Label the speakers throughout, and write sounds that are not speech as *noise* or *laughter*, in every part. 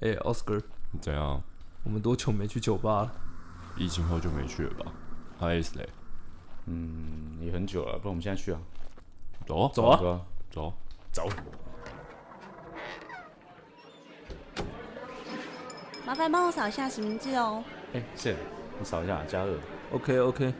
Speaker 1: 哎、奥 o s c a r
Speaker 2: 怎样？
Speaker 1: 我们多久没去酒吧了？
Speaker 2: 疫情后就没去了吧？还是嘞？
Speaker 3: 嗯，也很久了，不然我们现在去啊，
Speaker 2: 走啊
Speaker 1: 走啊
Speaker 3: 对！吧？
Speaker 2: 走，
Speaker 3: 走，
Speaker 4: 麻烦帮我扫一下实名制哦。
Speaker 3: 哎、是，你扫一下加热。
Speaker 1: OK OK，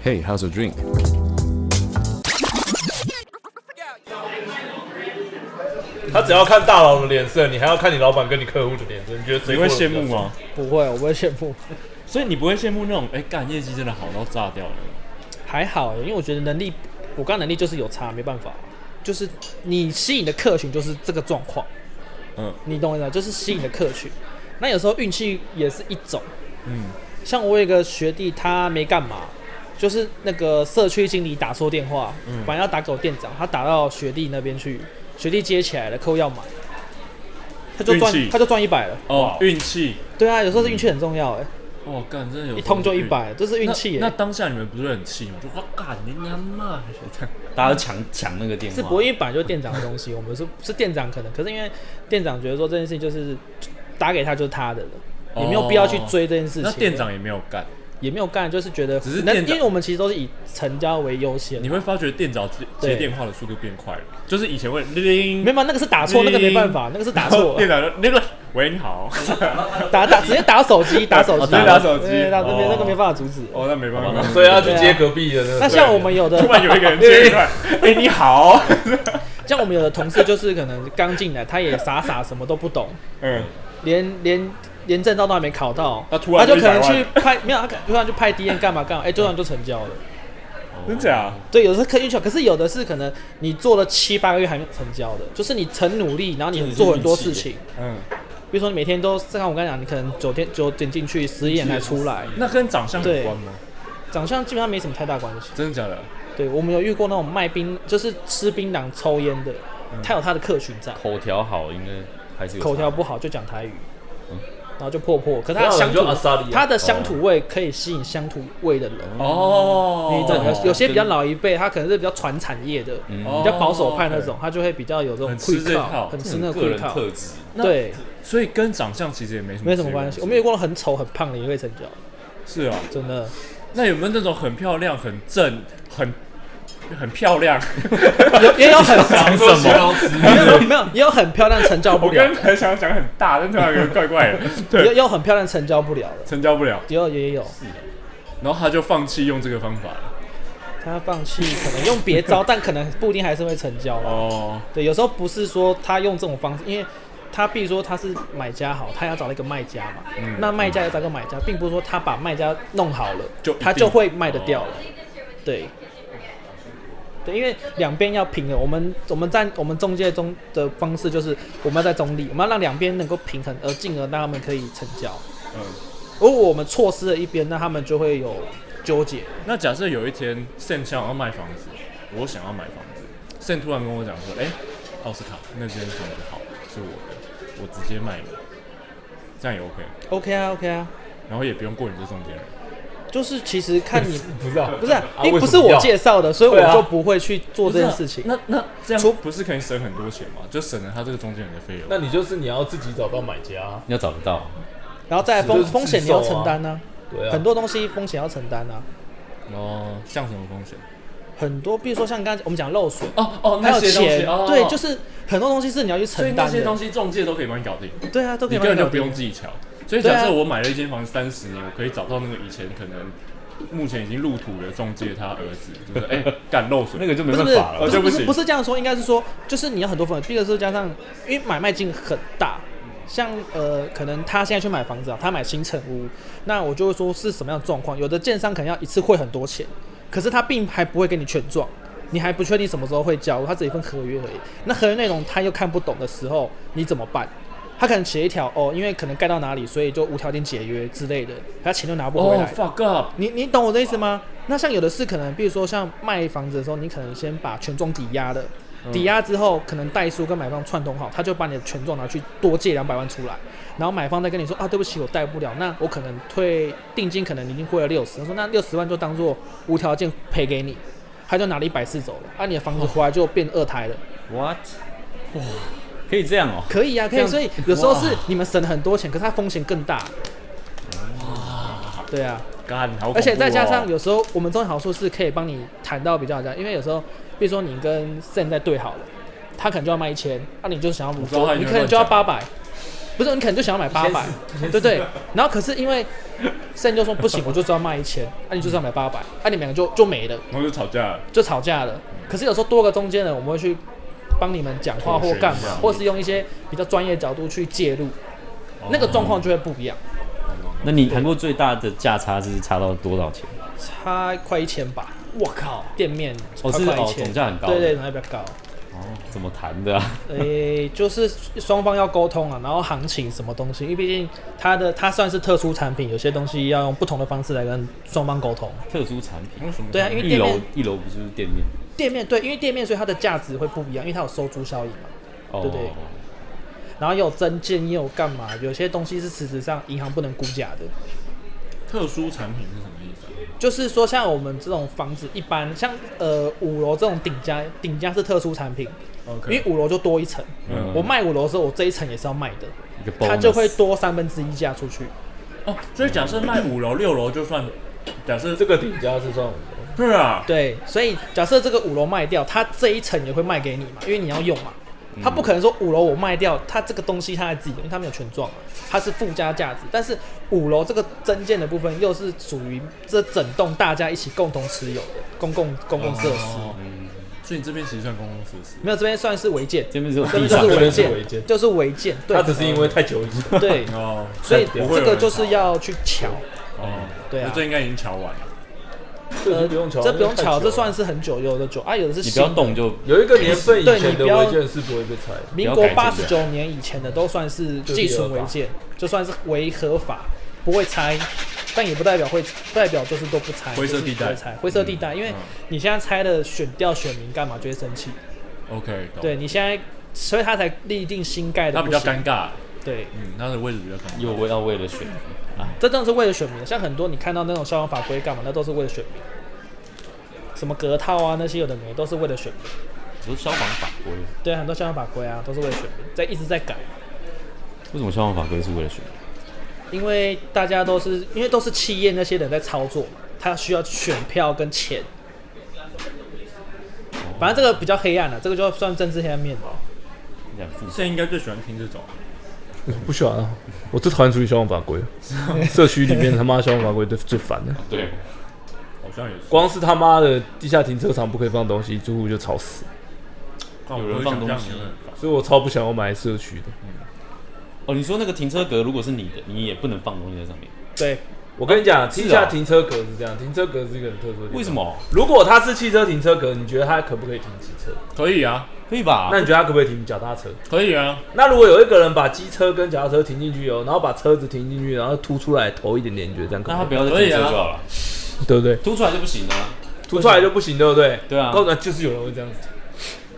Speaker 3: Hey, how's your drink？
Speaker 5: 他只要看大佬的脸色，你还要看你老板跟你客户的脸色，你觉得谁
Speaker 6: 你会羡慕？吗？
Speaker 7: 不会，我不会羡慕，
Speaker 6: 所以你不会羡慕那种，哎、干业绩真的好到炸掉了。
Speaker 7: 还好，欸因为我觉得能力，我刚能力就是有差，没办法，就是你吸引的客群就是这个状况，
Speaker 6: 嗯，
Speaker 7: 你懂我意思吗？就是吸引的客群。那有时候运气也是一种，
Speaker 6: 嗯，
Speaker 7: 像我有一个学弟，他没干嘛，就是那个社区经理打错电话，
Speaker 6: 嗯
Speaker 7: 反正要打给我店长，他打到学弟那边去，学弟接起来了，客户要买，他就赚
Speaker 6: 运气嗯
Speaker 7: 他就赚一百了。
Speaker 6: 哦，运气，
Speaker 7: 对啊，有时候是运气很重要哎、
Speaker 6: 哦，干，真的有
Speaker 7: 一通就一
Speaker 6: 运
Speaker 7: 百，这是
Speaker 6: 气。
Speaker 7: 运气
Speaker 6: 那。
Speaker 7: 哎
Speaker 6: 那，当下你们不是很气吗？就哇，干你娘妈！这样
Speaker 3: 大家都抢抢那个电话，
Speaker 7: 是不会，因为本来就是店长的
Speaker 6: *laughs*
Speaker 7: 东西，我们是是店长可能，可是因为店长觉得说这件事情就是打给他就是他的了。也没有必要去追这件事情。
Speaker 6: 哦那店长也没有干，
Speaker 7: 也没有干，就是觉得
Speaker 6: 只是
Speaker 7: 那
Speaker 6: 店长哦
Speaker 7: 因为我们其实都是以成交为优先。
Speaker 6: 你会发觉店长接接
Speaker 7: 对
Speaker 6: 电话的速度变快了，就是以前会铃，
Speaker 7: 没有，那个是打错，那个没办法，那个是打
Speaker 6: 然后
Speaker 7: 错，
Speaker 6: 店长就那个喂你
Speaker 7: *laughs*
Speaker 6: 好，
Speaker 7: 打打直接打手机，打手
Speaker 6: 哦
Speaker 7: 机，
Speaker 6: 直接打手机
Speaker 7: 对打那边
Speaker 6: 哦
Speaker 7: 那个没办法阻止。啊
Speaker 6: 哦，那没办
Speaker 7: *laughs*
Speaker 6: 法，
Speaker 5: 所以要去接隔壁的那个。
Speaker 7: 那像我们有的
Speaker 6: 突，然有一个人接
Speaker 7: *laughs*
Speaker 6: 出来，哎你好，
Speaker 7: 像我们有的同事就是可能刚进来，他也傻傻什么都不懂，
Speaker 6: 嗯，
Speaker 7: 连连连证照都还没考到，
Speaker 6: 他突然
Speaker 7: 就
Speaker 6: 就
Speaker 7: 可
Speaker 6: 100
Speaker 7: 能
Speaker 6: 万
Speaker 7: 去派没有，他可突然就派 D N 干嘛干嘛，哎，突然就成交了。
Speaker 6: 真假？
Speaker 7: 对，有的是可以巧，可是有的是可能你做了七八个月还没有成交的，就是你很努力，然后你做很多事情，
Speaker 6: 嗯，
Speaker 7: 比如说你每天都，像我刚才讲，你可能九天九点进去，十一点才出来，
Speaker 6: 那跟长相有关吗？
Speaker 7: 长相基本上没什么太大关系。
Speaker 6: 真的假的？
Speaker 7: 对我们有遇过那种卖槟，就是吃槟榔抽烟的，
Speaker 6: 嗯
Speaker 7: 他有他的客群在，
Speaker 3: 口条好应该还是有
Speaker 7: 口条
Speaker 3: 差
Speaker 7: 不好就讲台语，然后就破破，可是
Speaker 5: 那
Speaker 7: 他
Speaker 5: 我
Speaker 7: 乡
Speaker 5: 们就
Speaker 7: 土
Speaker 5: 阿萨利啊
Speaker 7: 他的乡土味可以吸引乡土味的人，
Speaker 6: 哦，
Speaker 7: 你懂？有有些比较
Speaker 6: 跟
Speaker 7: 老一辈，他可能是比较传产业的，比
Speaker 6: 哦
Speaker 7: 较保守派那种，他就会比较有这种
Speaker 6: 很吃这
Speaker 7: quick
Speaker 6: 套
Speaker 7: call，很吃那个
Speaker 3: 个
Speaker 7: quick
Speaker 3: 人
Speaker 7: call，
Speaker 3: 特质，
Speaker 6: 那
Speaker 7: 对，
Speaker 6: 所以跟长相其实也没什么
Speaker 7: 没什么关系。我们有过很丑很胖的也会成交，
Speaker 6: 是啊，
Speaker 7: 真的。
Speaker 6: 那有没有那种很漂亮、很正、很很漂 *laughs* 亮？
Speaker 7: 有也有很 *laughs*
Speaker 6: 讲什么？
Speaker 7: 没有没有没有，也有很漂亮成交不
Speaker 6: 啊我
Speaker 7: 了
Speaker 6: 刚，才想讲很大，但突然有点怪怪的，
Speaker 7: 也有
Speaker 6: *laughs* 对，
Speaker 7: 也有很漂亮成交不了的，
Speaker 6: 成交不了，
Speaker 7: 也有也有，
Speaker 6: 然后他就放弃用这个方法了。
Speaker 7: 他放弃可能用别招，但可能不一定还是会成交啦。
Speaker 6: 哦，
Speaker 7: 对，有时候不是说他用这种方式，因为他比如说他是买家好，他要找那个卖家嘛，
Speaker 6: 嗯
Speaker 7: 那卖家要找个买家，并不是说他把卖家弄好了，
Speaker 6: 就一定哦
Speaker 7: 他就会卖得掉了。对。对，因为两边要平衡，我们我们在我们中介中的方式就是我们要在中立，我们要让两边能够平衡，而进而让他们可以成交。
Speaker 6: 嗯，
Speaker 7: 如果我们错失了一边，那他们就会有纠结。
Speaker 6: 那假设有一天 Sam 想要卖房子，我想要买房子，Sam 突然跟我讲说，哎、奥斯卡那间房子好，是我的，我直接卖你，这样也 OK，
Speaker 7: OK 啊，OK 啊，
Speaker 6: 然后也不用过你这中间人。
Speaker 7: 就是其实看你
Speaker 5: 不知道，
Speaker 7: 不是啊、
Speaker 5: 啊
Speaker 7: 因为
Speaker 5: 为
Speaker 7: 不
Speaker 5: 什
Speaker 7: 是
Speaker 5: 么
Speaker 7: 我
Speaker 5: 要
Speaker 7: 介绍的，所以
Speaker 5: 对啊
Speaker 7: 我就不会去做这件事情。
Speaker 6: 那那这
Speaker 7: 除
Speaker 6: 样不是可以省很多钱吗？就省了他这个中间人的费用。
Speaker 5: 那你就是你要自己找到买家啊，
Speaker 3: 你要找得到，
Speaker 7: 然后再来风
Speaker 5: 就是自
Speaker 7: 风险你要
Speaker 5: 售啊
Speaker 7: 承担呢、
Speaker 5: 对啊，
Speaker 7: 很多东西风险要承担呢、
Speaker 6: 哦，像什么风险？
Speaker 7: 很多，比如说像刚才我们讲漏水，
Speaker 6: 哦哦，
Speaker 7: 还
Speaker 6: 那
Speaker 7: 有
Speaker 6: 些东西
Speaker 7: 钱，
Speaker 6: 哦，
Speaker 7: 对，就是很多东西是你要去
Speaker 6: 所以
Speaker 7: 承
Speaker 6: 那
Speaker 7: 担
Speaker 6: 些东
Speaker 7: 的。
Speaker 6: 西中介都可以帮你搞定，
Speaker 7: 对啊，都可以
Speaker 6: 你
Speaker 7: 慢
Speaker 6: 根
Speaker 7: 慢
Speaker 6: 本就
Speaker 7: 搞
Speaker 6: 不用
Speaker 7: 定
Speaker 6: 自己瞧。所以
Speaker 7: 对啊
Speaker 6: 假设我买了一间房三十年，我可以找到那个以前可能目前已经入土的中介他儿子，就是哎干漏水
Speaker 3: 那个就没
Speaker 7: 不是
Speaker 3: 办
Speaker 7: 不是
Speaker 3: 法了。
Speaker 7: 不
Speaker 6: 这
Speaker 7: 是
Speaker 6: 不
Speaker 7: 不
Speaker 6: 行
Speaker 7: 是不是这样说，应该是说，就是你要很多风险，第一个是加上，因为买卖金额很大，像呃，可能他现在去买房子啊，他买新城屋，那我就会说是什么样的状况，有的建商可能要一次汇很多钱，可是他并还不会给你全状，你还不确定什么时候会交，他只有一份合约而已，那合约内容他又看不懂的时候，你怎么办？他可能写一条哦，因为可能盖到哪里，所以就无条件解约之类的，他钱就拿不回来
Speaker 6: 哦。fuck up，
Speaker 7: 你你懂我的意思吗？那像有的是可能，比如说像卖房子的时候，你可能先把权重抵押了，
Speaker 5: 嗯
Speaker 7: 抵押之后，可能代书跟买方串通好，他就把你的权状拿去多借两百万出来，然后买方再跟你说啊，对不起，我贷不了，那我可能退定金，可能你已经汇了六十，他说那六十万就当做无条件赔给你，他就拿了一百四走了，啊，你的房子回来就变二胎了。
Speaker 5: What？哇，可以这样哦、
Speaker 7: 可以啊，可以。所以有时候是你们省了很多钱，可是它风险更大。对啊，
Speaker 3: 干好恐怖哦，
Speaker 7: 而且再加上有时候我们中好处是可以帮你谈到比较好价，因为有时候比如说你跟 Sen 在对好了，他可能就要卖一千，那你就想要五
Speaker 3: 我知道他
Speaker 7: 周，
Speaker 3: 一定
Speaker 7: 你
Speaker 3: 会
Speaker 7: 可能就要八
Speaker 3: 乱
Speaker 7: 百，不是你可能就想要买八百，对不对？然后可是因为 Sen 就说不行，我就知道卖一千，那你就是要买八百，那你们两个就就没了。
Speaker 3: 然后就吵架了，
Speaker 7: 就吵架了。可是有时候多个中间人，我们会去帮你们讲话或干嘛，或是用一些比较专业的角度去介入，
Speaker 3: 哦
Speaker 7: 那个状况就会不一样。
Speaker 5: 那你谈过最大的价差是差到多少钱？啊
Speaker 7: 差快一千吧，我靠，店面
Speaker 5: 哦
Speaker 7: 差
Speaker 5: 是
Speaker 7: 快一
Speaker 5: 哦
Speaker 7: 千，
Speaker 5: 总价很高
Speaker 7: 对对，总价比较
Speaker 5: *laughs*
Speaker 7: 高。
Speaker 5: 怎么谈的啊？
Speaker 7: *laughs* 诶、就是双方要沟通啊，然后行情什么东西，因为毕竟它的它算是特殊产品，有些东西要用不同的方式来跟双方沟通。
Speaker 5: 特殊产品，
Speaker 3: 为什么？
Speaker 7: 对啊，因为
Speaker 5: 一
Speaker 7: 店
Speaker 5: 楼
Speaker 7: 面
Speaker 5: 一楼不是店面？
Speaker 7: 店面对，因为店面所以它的价值会不一样，因为它有收租效应嘛。
Speaker 5: 哦
Speaker 7: 对对然后又有增建，又有干嘛？有些东西是实质上银行不能估价的。
Speaker 3: 特殊产品是什么意思啊？
Speaker 7: 就是说，像我们这种房子，一般像呃五楼这种顶加，顶加是特殊产品
Speaker 3: OK
Speaker 7: 因为五楼就多一层。
Speaker 5: 嗯
Speaker 7: 我卖五楼的时候，我这一层也是要卖的，
Speaker 5: 一个 bonus
Speaker 7: 它就会多三分之一价出去。
Speaker 3: 哦，所以假设卖五楼、六楼就算，假设
Speaker 1: 这个顶加是算我们的，
Speaker 3: 是啊，
Speaker 7: 对，所以假设这个五楼卖掉，它这一层也会卖给你嘛，因为你要用嘛。它不可能说五楼我卖掉，它这个东西它还自己用，因为它没有权状嘛，它是附加价值。但是五楼这个增建的部分又是属于这整栋大家一起共同持有的公共公共设施。
Speaker 3: 哦，所以你这边其实算公共设施，
Speaker 7: 没有，这边算是违建，
Speaker 5: 这边是有
Speaker 7: 这
Speaker 5: 地上
Speaker 7: 边就
Speaker 1: 这
Speaker 7: 是违
Speaker 1: 边是违
Speaker 7: 建，
Speaker 1: 建
Speaker 7: 就是违建，对
Speaker 1: 他只是因为太久以前， *laughs*
Speaker 7: 对，
Speaker 3: 哦
Speaker 7: 所以
Speaker 3: 不会有
Speaker 7: 这
Speaker 3: 人
Speaker 7: 个就是要去瞧，
Speaker 3: 哦，
Speaker 7: 对啊
Speaker 3: 那这应该已经瞧完了，
Speaker 1: 这个就不用瞧，
Speaker 7: 呃这不用
Speaker 1: 太久
Speaker 7: 瞧，
Speaker 1: 了
Speaker 7: 这算是很久有的久啊，有的是
Speaker 5: 你不
Speaker 7: 新
Speaker 5: 要
Speaker 7: 的
Speaker 5: 动就
Speaker 1: 有一个年份以
Speaker 7: 对
Speaker 1: 前
Speaker 7: 你
Speaker 1: 的
Speaker 7: 不要
Speaker 1: 违建是不会被拆的。
Speaker 7: 民国八十九年以前的都算是寄存违建，就算是违合法，不会拆，但也不代表会不代表就是都不拆，
Speaker 3: 灰色地带
Speaker 7: 就是不会拆灰色地
Speaker 1: 嗯
Speaker 7: 带，因为你现在拆了选掉选民干嘛就会生气，
Speaker 3: ，OK，懂
Speaker 7: 对，你现在，所以他才立定新盖的
Speaker 3: 他
Speaker 7: 不
Speaker 3: 比
Speaker 7: 行，
Speaker 3: 较尴尬，
Speaker 7: 对，
Speaker 3: 嗯，他的位置比较尴尬，
Speaker 5: 又为要为了选，
Speaker 7: 这真的是为了选民，像很多你看到那种消防法规干嘛，那都是为了选民，什么隔套啊那些有的没都是为了选民，
Speaker 5: 只是消防法规。
Speaker 7: 对，很多消防法规啊都是为了选民，在一直在改。
Speaker 5: 为什么消防法规是为了选？
Speaker 7: 因为大家都是因为都是企业那些人在操作嘛，他需要选票跟钱。反正这个比较黑暗啊了、这个就算政治黑暗面了。
Speaker 5: 两副
Speaker 3: 现在应该最喜欢听这种，
Speaker 1: 不喜欢啊，我最讨厌处理消防法规
Speaker 5: *laughs*
Speaker 1: 了，社区里面他妈消防法规最最烦的，
Speaker 5: 对，
Speaker 3: 好像也是，
Speaker 1: 光是他妈的地下停车场不可以放东西，住户就吵死，
Speaker 3: 看我
Speaker 5: 有人
Speaker 3: 会
Speaker 5: 放
Speaker 3: 想
Speaker 5: 东
Speaker 3: 象
Speaker 5: 西
Speaker 3: 你会很烦
Speaker 1: 所以我超不想要买社区的。
Speaker 5: 哦，你说那个停车格如果是你的，你也不能放东西在上面，
Speaker 7: 对，
Speaker 1: 我跟你讲，
Speaker 5: 是啊
Speaker 1: 地下停车格是这样，停车格是一个很特殊的。
Speaker 5: 为什？么？
Speaker 1: 如果它是汽车停车格，你觉得它可不可以停汽车？
Speaker 3: 可以啊，
Speaker 5: 可以吧？
Speaker 1: 那你觉得它可不可以停脚踏车？
Speaker 3: 可以啊，
Speaker 1: 那如果有一个人把机车跟脚踏车停进去哦，然后把车子停进去，然后凸出来头一点点，你觉得这样可
Speaker 5: 那他
Speaker 1: 不
Speaker 5: 不
Speaker 1: 可以？
Speaker 3: 可
Speaker 5: 要再停
Speaker 3: 以啊
Speaker 5: 车就好了，
Speaker 1: 对不对？
Speaker 5: 凸出来就不行啊。
Speaker 1: 凸出来就不行，对不对？
Speaker 5: 对啊
Speaker 1: 那就是有人会这样子。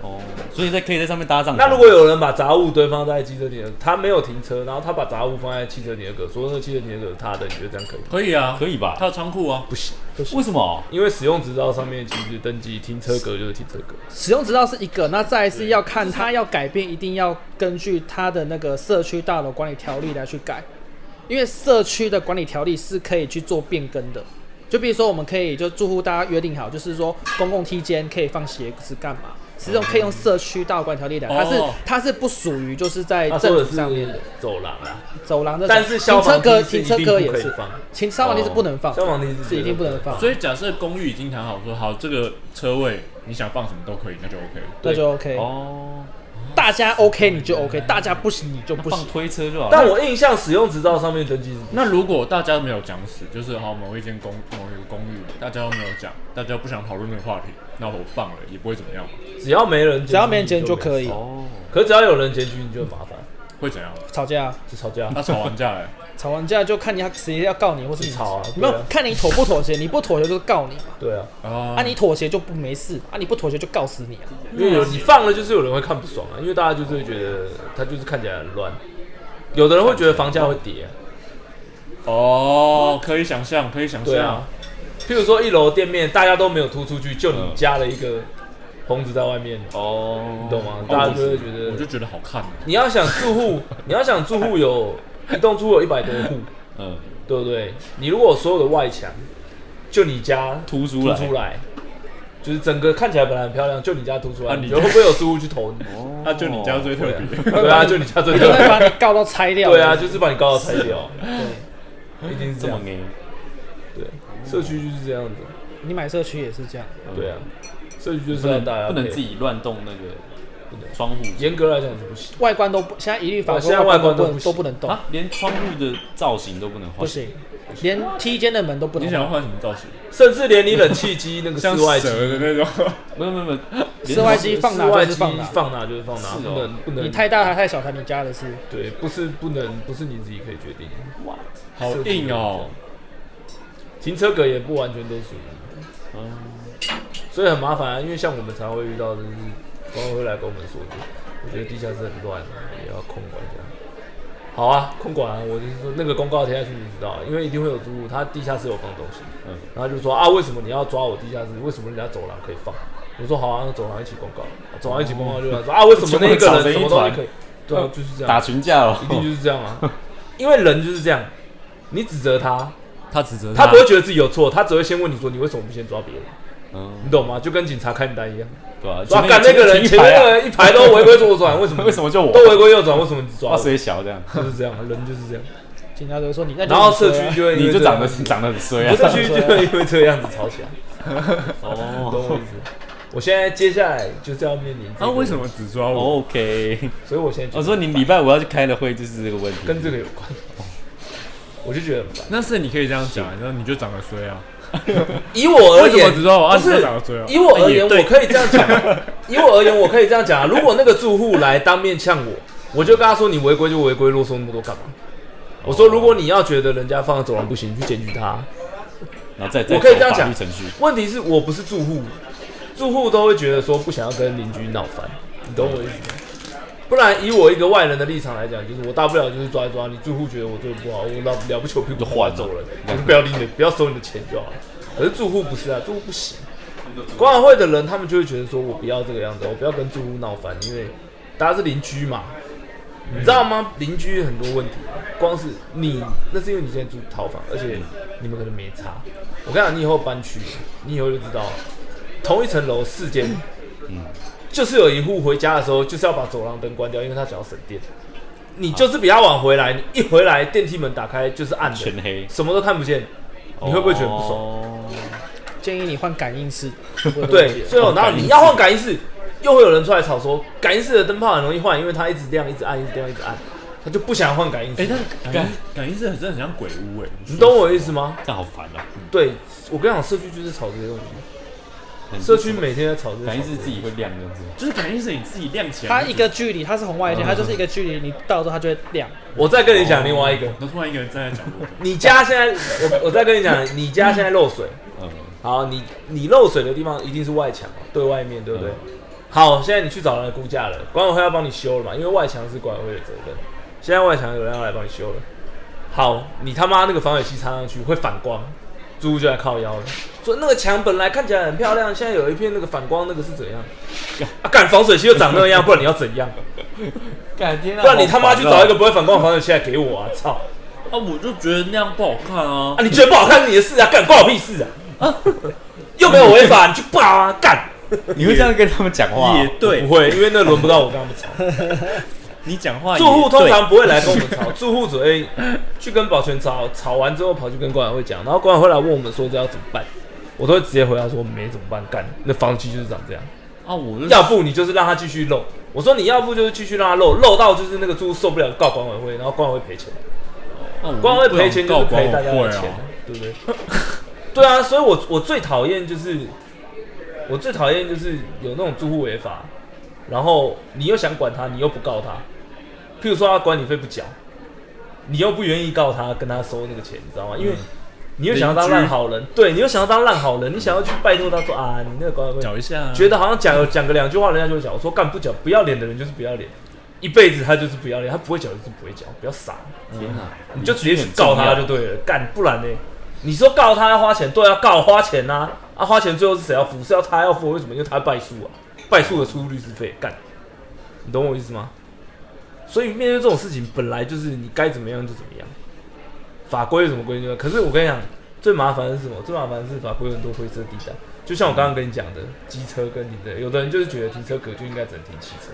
Speaker 5: 哦，所以在可以在上面搭帐篷。
Speaker 1: 那如果有人把杂物堆放在汽车停车，他没有停车，然后他把杂物放在汽车停车格，说那汽车停车格是他的，你觉得这样可以吗？
Speaker 3: 可以啊，
Speaker 5: 可以吧
Speaker 3: 他？有仓库啊，
Speaker 1: 不行，
Speaker 5: 为什么？
Speaker 1: 因为使用执照上面其实登记停车格就是停车格。
Speaker 7: 使用执照是一个，那再来是要看它要改变，一定要根据它的那个社区大楼管理条例来去改，因为社区的管理条例是可以去做变更的。就比如说，我们可以就住户大家约定好，就是说公共梯间可以放鞋子干嘛，是用可以用社区大楼管理条例来，它是
Speaker 3: 哦
Speaker 7: 它是不属于就是在
Speaker 1: 他
Speaker 7: 政
Speaker 1: 说的
Speaker 7: 府 *laughs* 上面
Speaker 1: 是
Speaker 7: 的
Speaker 1: 走廊啦，
Speaker 7: 走廊的，
Speaker 1: 但是消
Speaker 7: 停车
Speaker 1: 防
Speaker 7: 格
Speaker 1: 梯
Speaker 7: 停
Speaker 1: 是
Speaker 7: 车
Speaker 1: 一定
Speaker 7: 格
Speaker 1: 不
Speaker 7: 也
Speaker 1: 可以
Speaker 7: 是，
Speaker 1: 放，
Speaker 7: 停消防梯是不能放，
Speaker 1: 消防梯
Speaker 7: 是一定不能放，
Speaker 3: 所以假设公寓已经谈好说，好这个车位你想放什么都可以，那就 OK 了。
Speaker 7: 那就 OK，
Speaker 5: 哦，
Speaker 7: 大家 OK 你就 OK，大家不行你就不
Speaker 5: 那放
Speaker 7: 行。
Speaker 5: 推车就好了。
Speaker 1: 但我印象使用执照上面登记是
Speaker 3: 那如果大家没有讲死，就是好某一间公某一个公寓，大家都没有讲，大家不想讨论这个话题，那我放了也不会怎么样嘛。
Speaker 1: 只要没人，
Speaker 7: 只要没人检举就可
Speaker 1: 以。
Speaker 7: 以。
Speaker 5: 哦，
Speaker 1: 可只要有人检举，你就很麻烦。
Speaker 3: 会怎样？
Speaker 7: 吵架啊，
Speaker 1: 就吵架，
Speaker 3: 他吵完架哎、
Speaker 7: 吵完架就看你要谁要告你，或是你
Speaker 1: 自吵啊
Speaker 7: 有没有
Speaker 1: 对啊
Speaker 7: 看你妥不妥协？你不妥协就是告你嘛，
Speaker 1: 对啊，
Speaker 3: 啊
Speaker 7: 啊你妥协就不没事，啊你不妥协就告死你
Speaker 1: *laughs*
Speaker 7: 啊。
Speaker 1: 因为有你放了，就是有人会看不爽啊，因为大家就是会觉得它就是看起来很乱，有的人会觉得房价会跌啊、
Speaker 3: 哦，可以想象，可以想
Speaker 1: 对
Speaker 3: 象
Speaker 1: 啊，，譬如说一楼店面大家都没有突出去，就你加了一个棚子在外面，
Speaker 3: 哦，
Speaker 1: 你懂吗
Speaker 3: 哦
Speaker 1: 大家就会
Speaker 3: 我
Speaker 1: 觉得
Speaker 3: 我就觉得好看，
Speaker 1: 你要想住户， *laughs* 你要想住户有一栋住户有一百多 *laughs* 户，
Speaker 5: 嗯，
Speaker 1: 对不对？你如果所有的外墙就你家
Speaker 5: 突出
Speaker 1: 凸
Speaker 5: 来，
Speaker 1: 出来，就是整个看起来本来很漂亮，就你家凸出来，
Speaker 3: 啊
Speaker 1: 你
Speaker 3: 你
Speaker 1: 觉得会不会有住户去投你？
Speaker 3: 那、啊就你家最特别，
Speaker 1: 对啊，就你家最
Speaker 7: 就
Speaker 1: *laughs*
Speaker 7: 会把
Speaker 1: 特
Speaker 7: 你告到拆掉。
Speaker 1: 对啊，就是把你高到拆掉，
Speaker 7: 对，
Speaker 1: 一定是这
Speaker 5: 这么
Speaker 1: 样。
Speaker 5: 硬，
Speaker 1: 对，社区就是这样子。
Speaker 7: 你买社区也是这样，
Speaker 1: 对啊，社区就是
Speaker 5: 呃不
Speaker 1: 要
Speaker 5: 能
Speaker 1: 大家
Speaker 5: 不能
Speaker 1: 配合
Speaker 5: 自。己乱动那个窗户
Speaker 1: 严格来讲是不行，
Speaker 7: 外观都不，现在一律法
Speaker 1: 哦
Speaker 7: 规
Speaker 1: 现在外观都
Speaker 7: 都不
Speaker 1: 不
Speaker 7: 能
Speaker 1: 行
Speaker 7: 都不能动，
Speaker 5: 啊，连窗户的造型都不能换，
Speaker 7: 不行，连梯间的门都不
Speaker 3: *laughs* 你
Speaker 7: 能
Speaker 3: 想要
Speaker 7: 动。
Speaker 3: 换什么造型？
Speaker 1: 甚至连你冷气机那个室
Speaker 3: 像
Speaker 1: 外机、
Speaker 3: 蛇的那种， *laughs*
Speaker 5: 没有没有
Speaker 1: *laughs*
Speaker 5: 没有，连
Speaker 7: 室外
Speaker 5: 窗
Speaker 7: 机放哪
Speaker 1: 室外
Speaker 7: 就
Speaker 1: 机
Speaker 7: 是放哪，
Speaker 1: 放哪就是放哪，
Speaker 5: 是
Speaker 1: 不
Speaker 5: 哦
Speaker 1: 能不能
Speaker 7: 你太大还太小才你家的事。
Speaker 1: 对，不是不能不是你自己可以决定。
Speaker 3: 好硬哦，
Speaker 1: 停车格也不完全都属于你的，所以很麻烦啊。因为像我们常会遇到的就是，管委会来跟我们说，我觉得地下室很乱，也要控管一下。好啊，控管啊！我就是说，那个公告贴下去，你知道，因为一定会有租户，他地下室有放东西，
Speaker 5: 嗯
Speaker 1: 然后就说啊，为什么你要抓我地下室？为什么人家走廊可以放？我说好啊，那走廊一起公告，走廊一起公告就来说啊，为什么那个人什么东西可以？对啊，就是这
Speaker 5: 打
Speaker 1: 样，
Speaker 5: 群架哦了
Speaker 1: 一，定就是这样啊，因为人就是这样，你指责他，
Speaker 3: 他指责
Speaker 1: 他不会觉得自己有错，他只会先问你说你为什么不先抓别人，
Speaker 5: 嗯，
Speaker 1: 你懂吗？就跟警察开你单一样，
Speaker 5: 对吧？
Speaker 1: 抓
Speaker 5: 前面
Speaker 1: 干那个人，前
Speaker 5: 前面
Speaker 1: 面
Speaker 5: 一
Speaker 1: 那
Speaker 5: 排
Speaker 1: 个
Speaker 5: 啊
Speaker 1: 人一排都违规左转，为什么？
Speaker 5: *laughs* 为什么就我
Speaker 1: 都违规右转？为什么你只抓
Speaker 5: 哇
Speaker 1: 我？
Speaker 5: 谁小
Speaker 1: *laughs*
Speaker 5: 这样？
Speaker 1: 就是这样，人就是这样。
Speaker 7: 警察就会说你那就
Speaker 1: 然
Speaker 7: 是
Speaker 1: 后
Speaker 7: 你
Speaker 1: 社
Speaker 7: 衰啊
Speaker 1: 区就会因
Speaker 5: 你
Speaker 1: 为
Speaker 5: 就
Speaker 1: 这样
Speaker 5: 长得长得很衰
Speaker 1: *laughs*
Speaker 5: 啊
Speaker 1: 社！区就会因为这样子吵起来，你懂我
Speaker 5: 哦
Speaker 1: 意思？我现在接下来就是要面临这
Speaker 3: 啊，
Speaker 1: 个
Speaker 3: 为什？么只抓我？
Speaker 5: ，OK。
Speaker 1: 所以我现在
Speaker 5: 我哦说你礼拜五要去开的会就是这个问题，
Speaker 1: 跟这个有关，我就觉得很烦。
Speaker 3: 那是你可以这样讲，然后你就长得衰啊，
Speaker 1: 以我而
Speaker 3: 为什
Speaker 1: 言
Speaker 3: 么只，抓我啊？
Speaker 1: 不
Speaker 3: 你就是长得衰啊？
Speaker 1: 以我而言，
Speaker 3: 哎也对
Speaker 1: 我可以这样讲。啊
Speaker 3: *laughs*
Speaker 1: 以我而言，我可以这样讲啊。如果那个住户来当面呛我，我就跟他说：“你违规就违规，啰嗦那么多干嘛？”我
Speaker 3: 哦
Speaker 1: 说：“如果你要觉得人家放在走廊不行，你去检举他。
Speaker 5: 然后再再
Speaker 1: 我可以
Speaker 5: 走
Speaker 1: 这样
Speaker 5: 法
Speaker 1: 讲
Speaker 5: 律程序，
Speaker 1: 问题是我不是住户，住户都会觉得说不想要跟邻居闹翻，你懂我意思吗？不然以我一个外人的立场来讲，就是我大不了就是抓一抓，你住户觉得我做的不好，我了了不起我屁股
Speaker 5: 就换
Speaker 1: 走
Speaker 5: 了
Speaker 1: 了，就是不要理你，不要收你的钱就好了。可是住户不是啊，住户不行。管委会的人他们就会觉得说我不要这个样子，我不要跟住户闹翻，因为大家是邻居嘛，你知道吗？邻居很多问题，光是你，那是因为你现在住套房，而且你们可能没差。我跟你讲，你以后搬去，你以后就知道了，同一层楼四间，就是有一户回家的时候，就是要把走廊灯关掉，因为他想要省电。你就是比他晚回来，你一回来电梯门打开就是暗的，
Speaker 5: 全黑，
Speaker 1: 什么都看不见，你会不会觉得不爽？
Speaker 5: 爽？
Speaker 7: 建议你换感应式。
Speaker 1: *laughs*
Speaker 7: 不会有问题啊
Speaker 1: 对，
Speaker 7: 的
Speaker 1: 最后然后你要换感应式，又会有人出来吵说感应式的灯泡很容易换，因为它一直亮、一直暗、一直亮、一直暗，他就不想换感应
Speaker 3: 哎、
Speaker 1: 式。
Speaker 3: 但感感应是很真的很像鬼屋哎、
Speaker 1: 你懂我意思吗？
Speaker 5: 这样好烦啊！
Speaker 1: 对，我跟你讲，社区就是吵这些东西，
Speaker 5: 很
Speaker 1: 社区每天在吵这些，
Speaker 5: 感应是自己会亮这样子，
Speaker 3: 就是感应是你自己亮起来
Speaker 7: 它
Speaker 3: 的，
Speaker 7: 一个距离，它是红外线，它就是一个距离，你到之后它就会亮。
Speaker 1: 我再跟你讲另外一个，
Speaker 3: 然后突然一个人站在角落，
Speaker 1: 你家现在，我我再跟你
Speaker 5: *laughs*
Speaker 1: 讲，你家现在漏水，
Speaker 5: 嗯，
Speaker 1: 好，你你漏水的地方一定是外墙嘛，对外面，对不对？
Speaker 5: 嗯
Speaker 1: 好，现在你去找人来估价了，管委会要帮你修了嘛，因为外墙是管委会的责任。现在外墙有人要来帮你修了，好，你他妈那个防水漆擦上去会反光，租户就来靠腰了。说那个墙本来看起来很漂亮，现在有一片那个反光，那个是怎样？啊，干防水漆就长那样，不然你要怎
Speaker 5: *laughs*
Speaker 1: 样？
Speaker 5: 感天啊
Speaker 1: 不然你他妈去找一个不会反光的防水漆来给我啊！操！
Speaker 3: 啊，我就觉得那样不好看啊
Speaker 1: 啊，，你觉得不好看是你的事啊，干关我屁事啊！又没有违法，你去爆啊，干！
Speaker 5: 你会这样跟他们讲话？哦
Speaker 3: 也对
Speaker 1: 不，会，因为那轮不到我跟他们吵。
Speaker 3: 你讲话也
Speaker 1: 住户通
Speaker 3: 对
Speaker 1: 常不会来跟我们吵，住户只会去跟保全吵，吵完之后跑去跟管委会讲，然后管委会来问我们说这要怎么办，我都会直接回答说没怎么办，干，那房期就是长这样，
Speaker 3: 啊，我就
Speaker 1: 要不你就是让他继续漏，我说你要不就是继续让他漏，漏到就是那个住户受不了告管委会，然后管委会赔钱。
Speaker 3: 啊我
Speaker 1: 光会赔钱就是
Speaker 3: 不想
Speaker 1: 赔大家
Speaker 3: 告管委
Speaker 1: 的
Speaker 3: 会
Speaker 1: 钱
Speaker 3: 啊，，
Speaker 1: 对不对？ *laughs* 对啊，所以我我最讨厌就是，我最讨厌就是有那种住户违法，然后你又想管他，你又不告他，譬如说他管理费不缴，你又不愿意告他，跟他收那个钱，你知道吗？因为
Speaker 3: 嗯
Speaker 1: 你又想要当烂好人，对你又想要当烂好人，你想要去拜托他说啊，你那个管理费
Speaker 3: 找一下、啊，
Speaker 1: 觉得好像讲讲个两句话，人家就会讲。我说干不讲不要脸的人就是不要脸，一辈子他就是不要脸，他不会讲就是不会讲，不要傻，
Speaker 5: 天哪，
Speaker 1: 你就直接去告他就对了。干，不然呢？你说告他要花钱，对啊，告花钱呐、啊，啊花钱最后是谁要付？是要他要付，为什么？因为他败诉啊，败诉的出律师费，干，你懂我意思吗？所以面对这种事情，本来就是你该怎么样就怎么样，法规有什么规定呢？可是我跟你讲，最麻烦的是什么？最麻烦的是法规有很多灰色地带。就像我刚刚跟你讲的，机车跟停车，有的人就是觉得停车格就应该只能停汽车，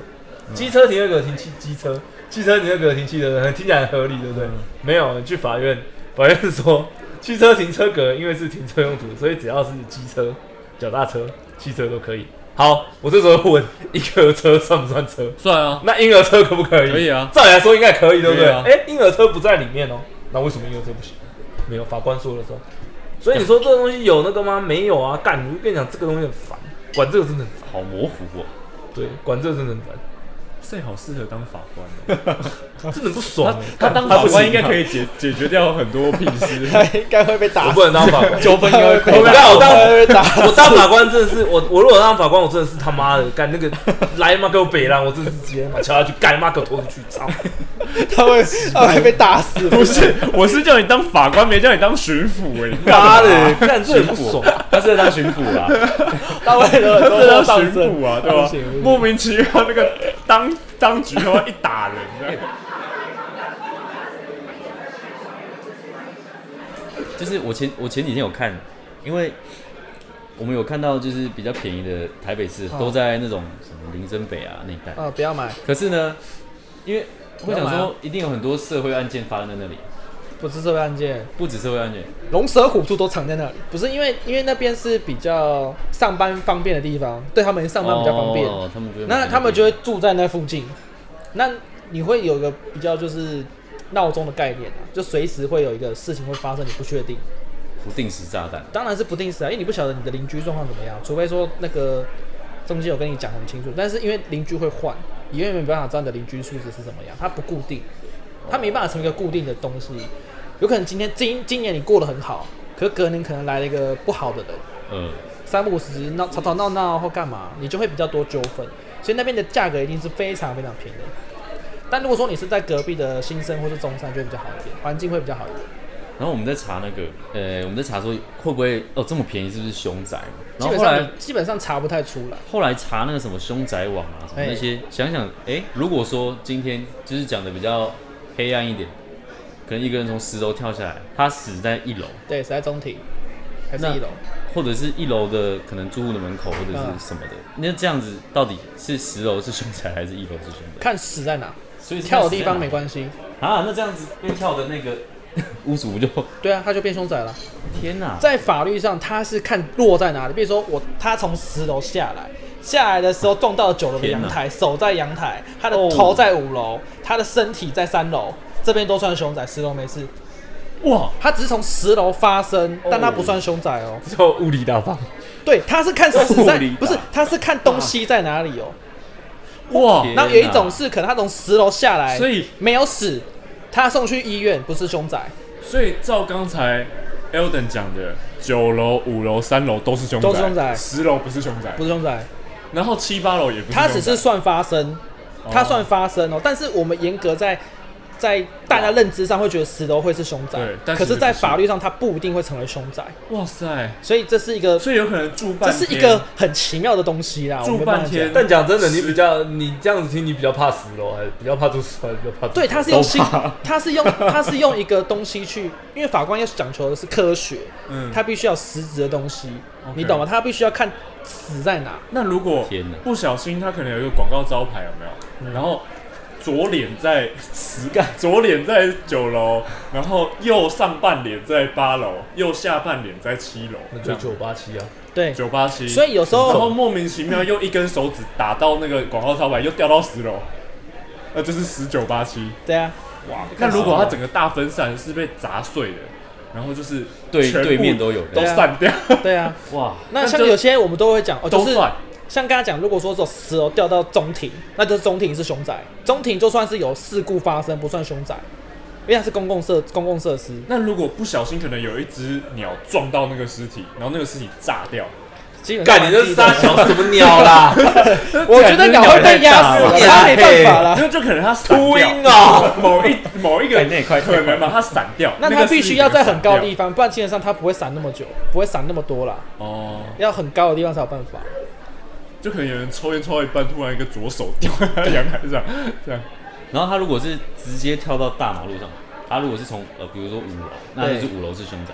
Speaker 1: 机车停车格停汽机车，汽车停车格停汽车，听起来很合理，对不对？没有，你去法院，法院说汽车停车格因为是停车用途，所以只要是机车、脚踏车、汽车都可以。好，我这时候会问，婴儿车算不算车？
Speaker 3: 算啊，
Speaker 1: 那婴儿车可不可以？
Speaker 3: 可以啊
Speaker 1: 照理来说应该可以，对不对？
Speaker 3: 可以啊
Speaker 1: 哎、婴儿车不在里面哦，那为什么婴儿车不行？没有，法官说了算。所以你说这个东西有那个吗？没有啊，干！我就跟你讲，这个东西很烦，管这个真的很烦。
Speaker 5: 好模糊哦。
Speaker 1: 对，管这个真的很烦，
Speaker 3: 最好适合当法官、哦。
Speaker 1: 真的很不爽、欸。
Speaker 3: 他当法官应该可以解解决掉很多屁事。
Speaker 7: 他应该会被打
Speaker 1: 我不能当法官，
Speaker 7: 九分应该会
Speaker 1: 我不要我当
Speaker 7: 会被打死。
Speaker 1: 我当法官真的是我，我如果当法官，我真的是他妈的干那个来嘛给我北狼，我真的是直接把敲下去，干妈给我拖出去，操！
Speaker 7: 他会他会被打死。
Speaker 3: 不是，我是叫你当法官，没叫你当巡抚
Speaker 6: *laughs*
Speaker 3: 哎、
Speaker 1: 妈的，干这很不爽。
Speaker 5: 他是在当巡抚啦，
Speaker 7: 他为了
Speaker 3: 这
Speaker 7: 周末
Speaker 3: 叫
Speaker 7: 上
Speaker 3: 巡
Speaker 7: 阵
Speaker 3: 抚啊，对吧、莫名其妙那个当当局他妈一打人，
Speaker 5: 就是我前我前几天有看，因为我们有看到就是比较便宜的台北市
Speaker 7: 啊
Speaker 5: 都在那种什么林森北啊那一带，
Speaker 7: 啊，不要买，
Speaker 5: 可是呢，因为会想
Speaker 7: 干嘛
Speaker 5: 说一定有很多社会案件发生在那里，
Speaker 7: 不是这个案件，
Speaker 5: 不止社会案件，
Speaker 7: 龙蛇虎兔都藏在那里。不是因为因为那边是比较上班方便的地方，对他们上班比较方便，
Speaker 5: 哦，他们觉得
Speaker 7: 那他们就会住在那附近。那你会有个比较就是闹钟的概念啊，就随时会有一个事情会发生，你不确定。
Speaker 5: 不定时炸弹，
Speaker 7: 当然是不定时啊，因为你不晓得你的邻居状况怎么样，除非说那个中间有跟你讲很清楚，但是因为邻居会换，你永远没办法知道你的邻居素质是怎么样，它不固定，它没办法成为一个固定的东西。有可能今天今今年你过得很好，可是隔年可能来了一个不好的人，
Speaker 5: 嗯，
Speaker 7: 三不五时闹吵吵闹闹或干嘛，你就会比较多纠纷，所以那边的价格一定是非常非常便宜。但如果说你是在隔壁的新生或是中山，就会比较好一点，环境会比较好一点。
Speaker 5: 然后我们在查那个，呃，我们在查说会不会哦这么便宜是不是凶宅？然
Speaker 7: 基
Speaker 5: 后
Speaker 7: 本
Speaker 5: 后
Speaker 7: 上
Speaker 5: 来
Speaker 7: 你基本上查不太出来。
Speaker 5: 后来查那个什么凶宅网啊什么
Speaker 7: 哎
Speaker 5: 那些，想想哎、如果说今天就是讲的比较黑暗一点，可能一个人从十楼跳下来，他死在一楼，
Speaker 7: 对，死在中庭，还是
Speaker 5: 那
Speaker 7: 一楼？
Speaker 5: 或者是一楼的可能住户的门口或者
Speaker 7: 嗯
Speaker 5: 是什么的，那这样子到底是十楼是凶宅还是一楼是凶宅？
Speaker 7: 看死在哪，
Speaker 5: 所以
Speaker 7: 跳的地方没
Speaker 5: 关
Speaker 7: 关系。
Speaker 5: 啊，那这样子被跳的那个 *laughs* 屋主就
Speaker 7: 对啊，他就变凶宅了。
Speaker 5: 天哪、
Speaker 7: 在法律上，他是看落在哪里。比如说我，他从十楼下来，下来的时候撞到九楼的
Speaker 5: 天哪哦
Speaker 7: 阳台，手在阳台，他的头在五楼，他的身体在三楼，这边都算凶宅，十楼没事。
Speaker 3: 哇，
Speaker 7: 他只是从十楼发生，但他不算凶宅哦。
Speaker 1: 叫物理大法，
Speaker 7: *laughs* 对，他是看死在
Speaker 5: 物理，打
Speaker 7: 不是，他是看东西在哪里哦。
Speaker 3: 哇，
Speaker 5: 天哪
Speaker 7: 然后有一种是可能他从十楼下来，
Speaker 3: 所以
Speaker 7: 没有死，他送去医院，不是凶宅。
Speaker 3: 所以照刚才 Elden 讲的，九楼、五楼、三楼都是凶宅，
Speaker 7: 都是凶宅
Speaker 3: 十楼不是凶宅，
Speaker 7: 不是凶宅，
Speaker 3: 然后七八楼也不是凶宅，
Speaker 7: 它只是算发生，它算发生哦、但是我们严格在在大家认知上会觉得石头会是凶宅
Speaker 3: 对，但
Speaker 7: 可
Speaker 3: 其
Speaker 7: 是，
Speaker 3: 实
Speaker 7: 在
Speaker 3: 不是
Speaker 7: 法律上它不一定会成为凶宅，
Speaker 3: 哇塞，
Speaker 7: 所以这是一个
Speaker 3: 所以有可能住
Speaker 7: 这
Speaker 3: 半
Speaker 7: 是
Speaker 3: 天，
Speaker 7: 一个很奇妙的东西啦。我
Speaker 3: 住
Speaker 7: 没办
Speaker 6: 哎
Speaker 7: 法
Speaker 3: 半天
Speaker 7: 讲
Speaker 1: 但讲真的，你比较你这样子听，你比较怕死咯，还是比较怕住死，还是比较怕住
Speaker 7: 对，它是用心，它是用它是用一个东西去，因为法官要讲求的是科学，
Speaker 3: 嗯，
Speaker 7: 它必须要实质的东西
Speaker 3: OK
Speaker 7: 你懂吗？它必须要看死在哪，
Speaker 3: 那如果
Speaker 5: 天哪
Speaker 3: 不小心，他可能有一个广告招牌，有没
Speaker 7: 嗯
Speaker 3: 有？然后左脸在十个，左脸在九楼，然后右上半脸在八楼，右下半脸在七楼，
Speaker 1: 那
Speaker 3: 这
Speaker 1: 就
Speaker 3: 样
Speaker 1: 九八七啊，
Speaker 7: 对，
Speaker 3: 九八七。
Speaker 7: 所以有时
Speaker 3: 然后
Speaker 7: 候
Speaker 3: 莫名其妙又一根手指打到那个广告招牌，又掉到十楼，那就是十九八七。
Speaker 7: 对啊，
Speaker 3: 哇！那如果它整个大分散是被砸碎的，然后就是
Speaker 5: 对
Speaker 3: 全部
Speaker 5: 对面都有
Speaker 3: 都
Speaker 7: 对啊
Speaker 3: 散掉， *laughs*
Speaker 7: 对啊。
Speaker 5: 哇，
Speaker 7: 那
Speaker 3: 那
Speaker 7: 像
Speaker 3: 就
Speaker 7: 有些我们都会讲，哦，就
Speaker 3: 都
Speaker 7: 是
Speaker 3: 算
Speaker 7: 像刚才讲，如果说这十楼掉到中庭，那就是中庭是凶宅，中庭就算是有事故发生，不算凶宅，因为它是公共设公共设施，
Speaker 3: 那如果不小心，可能有一只鸟撞到那个尸体，然后那个尸体炸掉，
Speaker 7: 基本上
Speaker 1: 干，你这
Speaker 7: 地
Speaker 1: 杀小什么鸟啦？
Speaker 7: 我觉得鸟会被压死，
Speaker 1: 鸟
Speaker 7: 那没办法
Speaker 3: 因
Speaker 7: 了。
Speaker 3: 为就可能它闪
Speaker 1: 秃
Speaker 3: 掉
Speaker 1: 鹰啊！
Speaker 3: 某一某一个
Speaker 5: 哎那也快
Speaker 3: 可能嘛，它闪掉，
Speaker 7: 那
Speaker 3: 个
Speaker 7: 它
Speaker 3: 尸体
Speaker 7: 必须要在很高的
Speaker 3: 可能
Speaker 7: 地方，不然基本上它不会闪那么久，不会闪那么多啦。
Speaker 3: 闪掉哦，
Speaker 7: 要很高的地方才有办法。
Speaker 3: 就可能有人抽烟抽到一半，突然一个左手掉在阳台上，这样
Speaker 5: 然后他如果是直接跳到大马路上，他如果是从呃比如说五楼，那就是五楼是凶宅。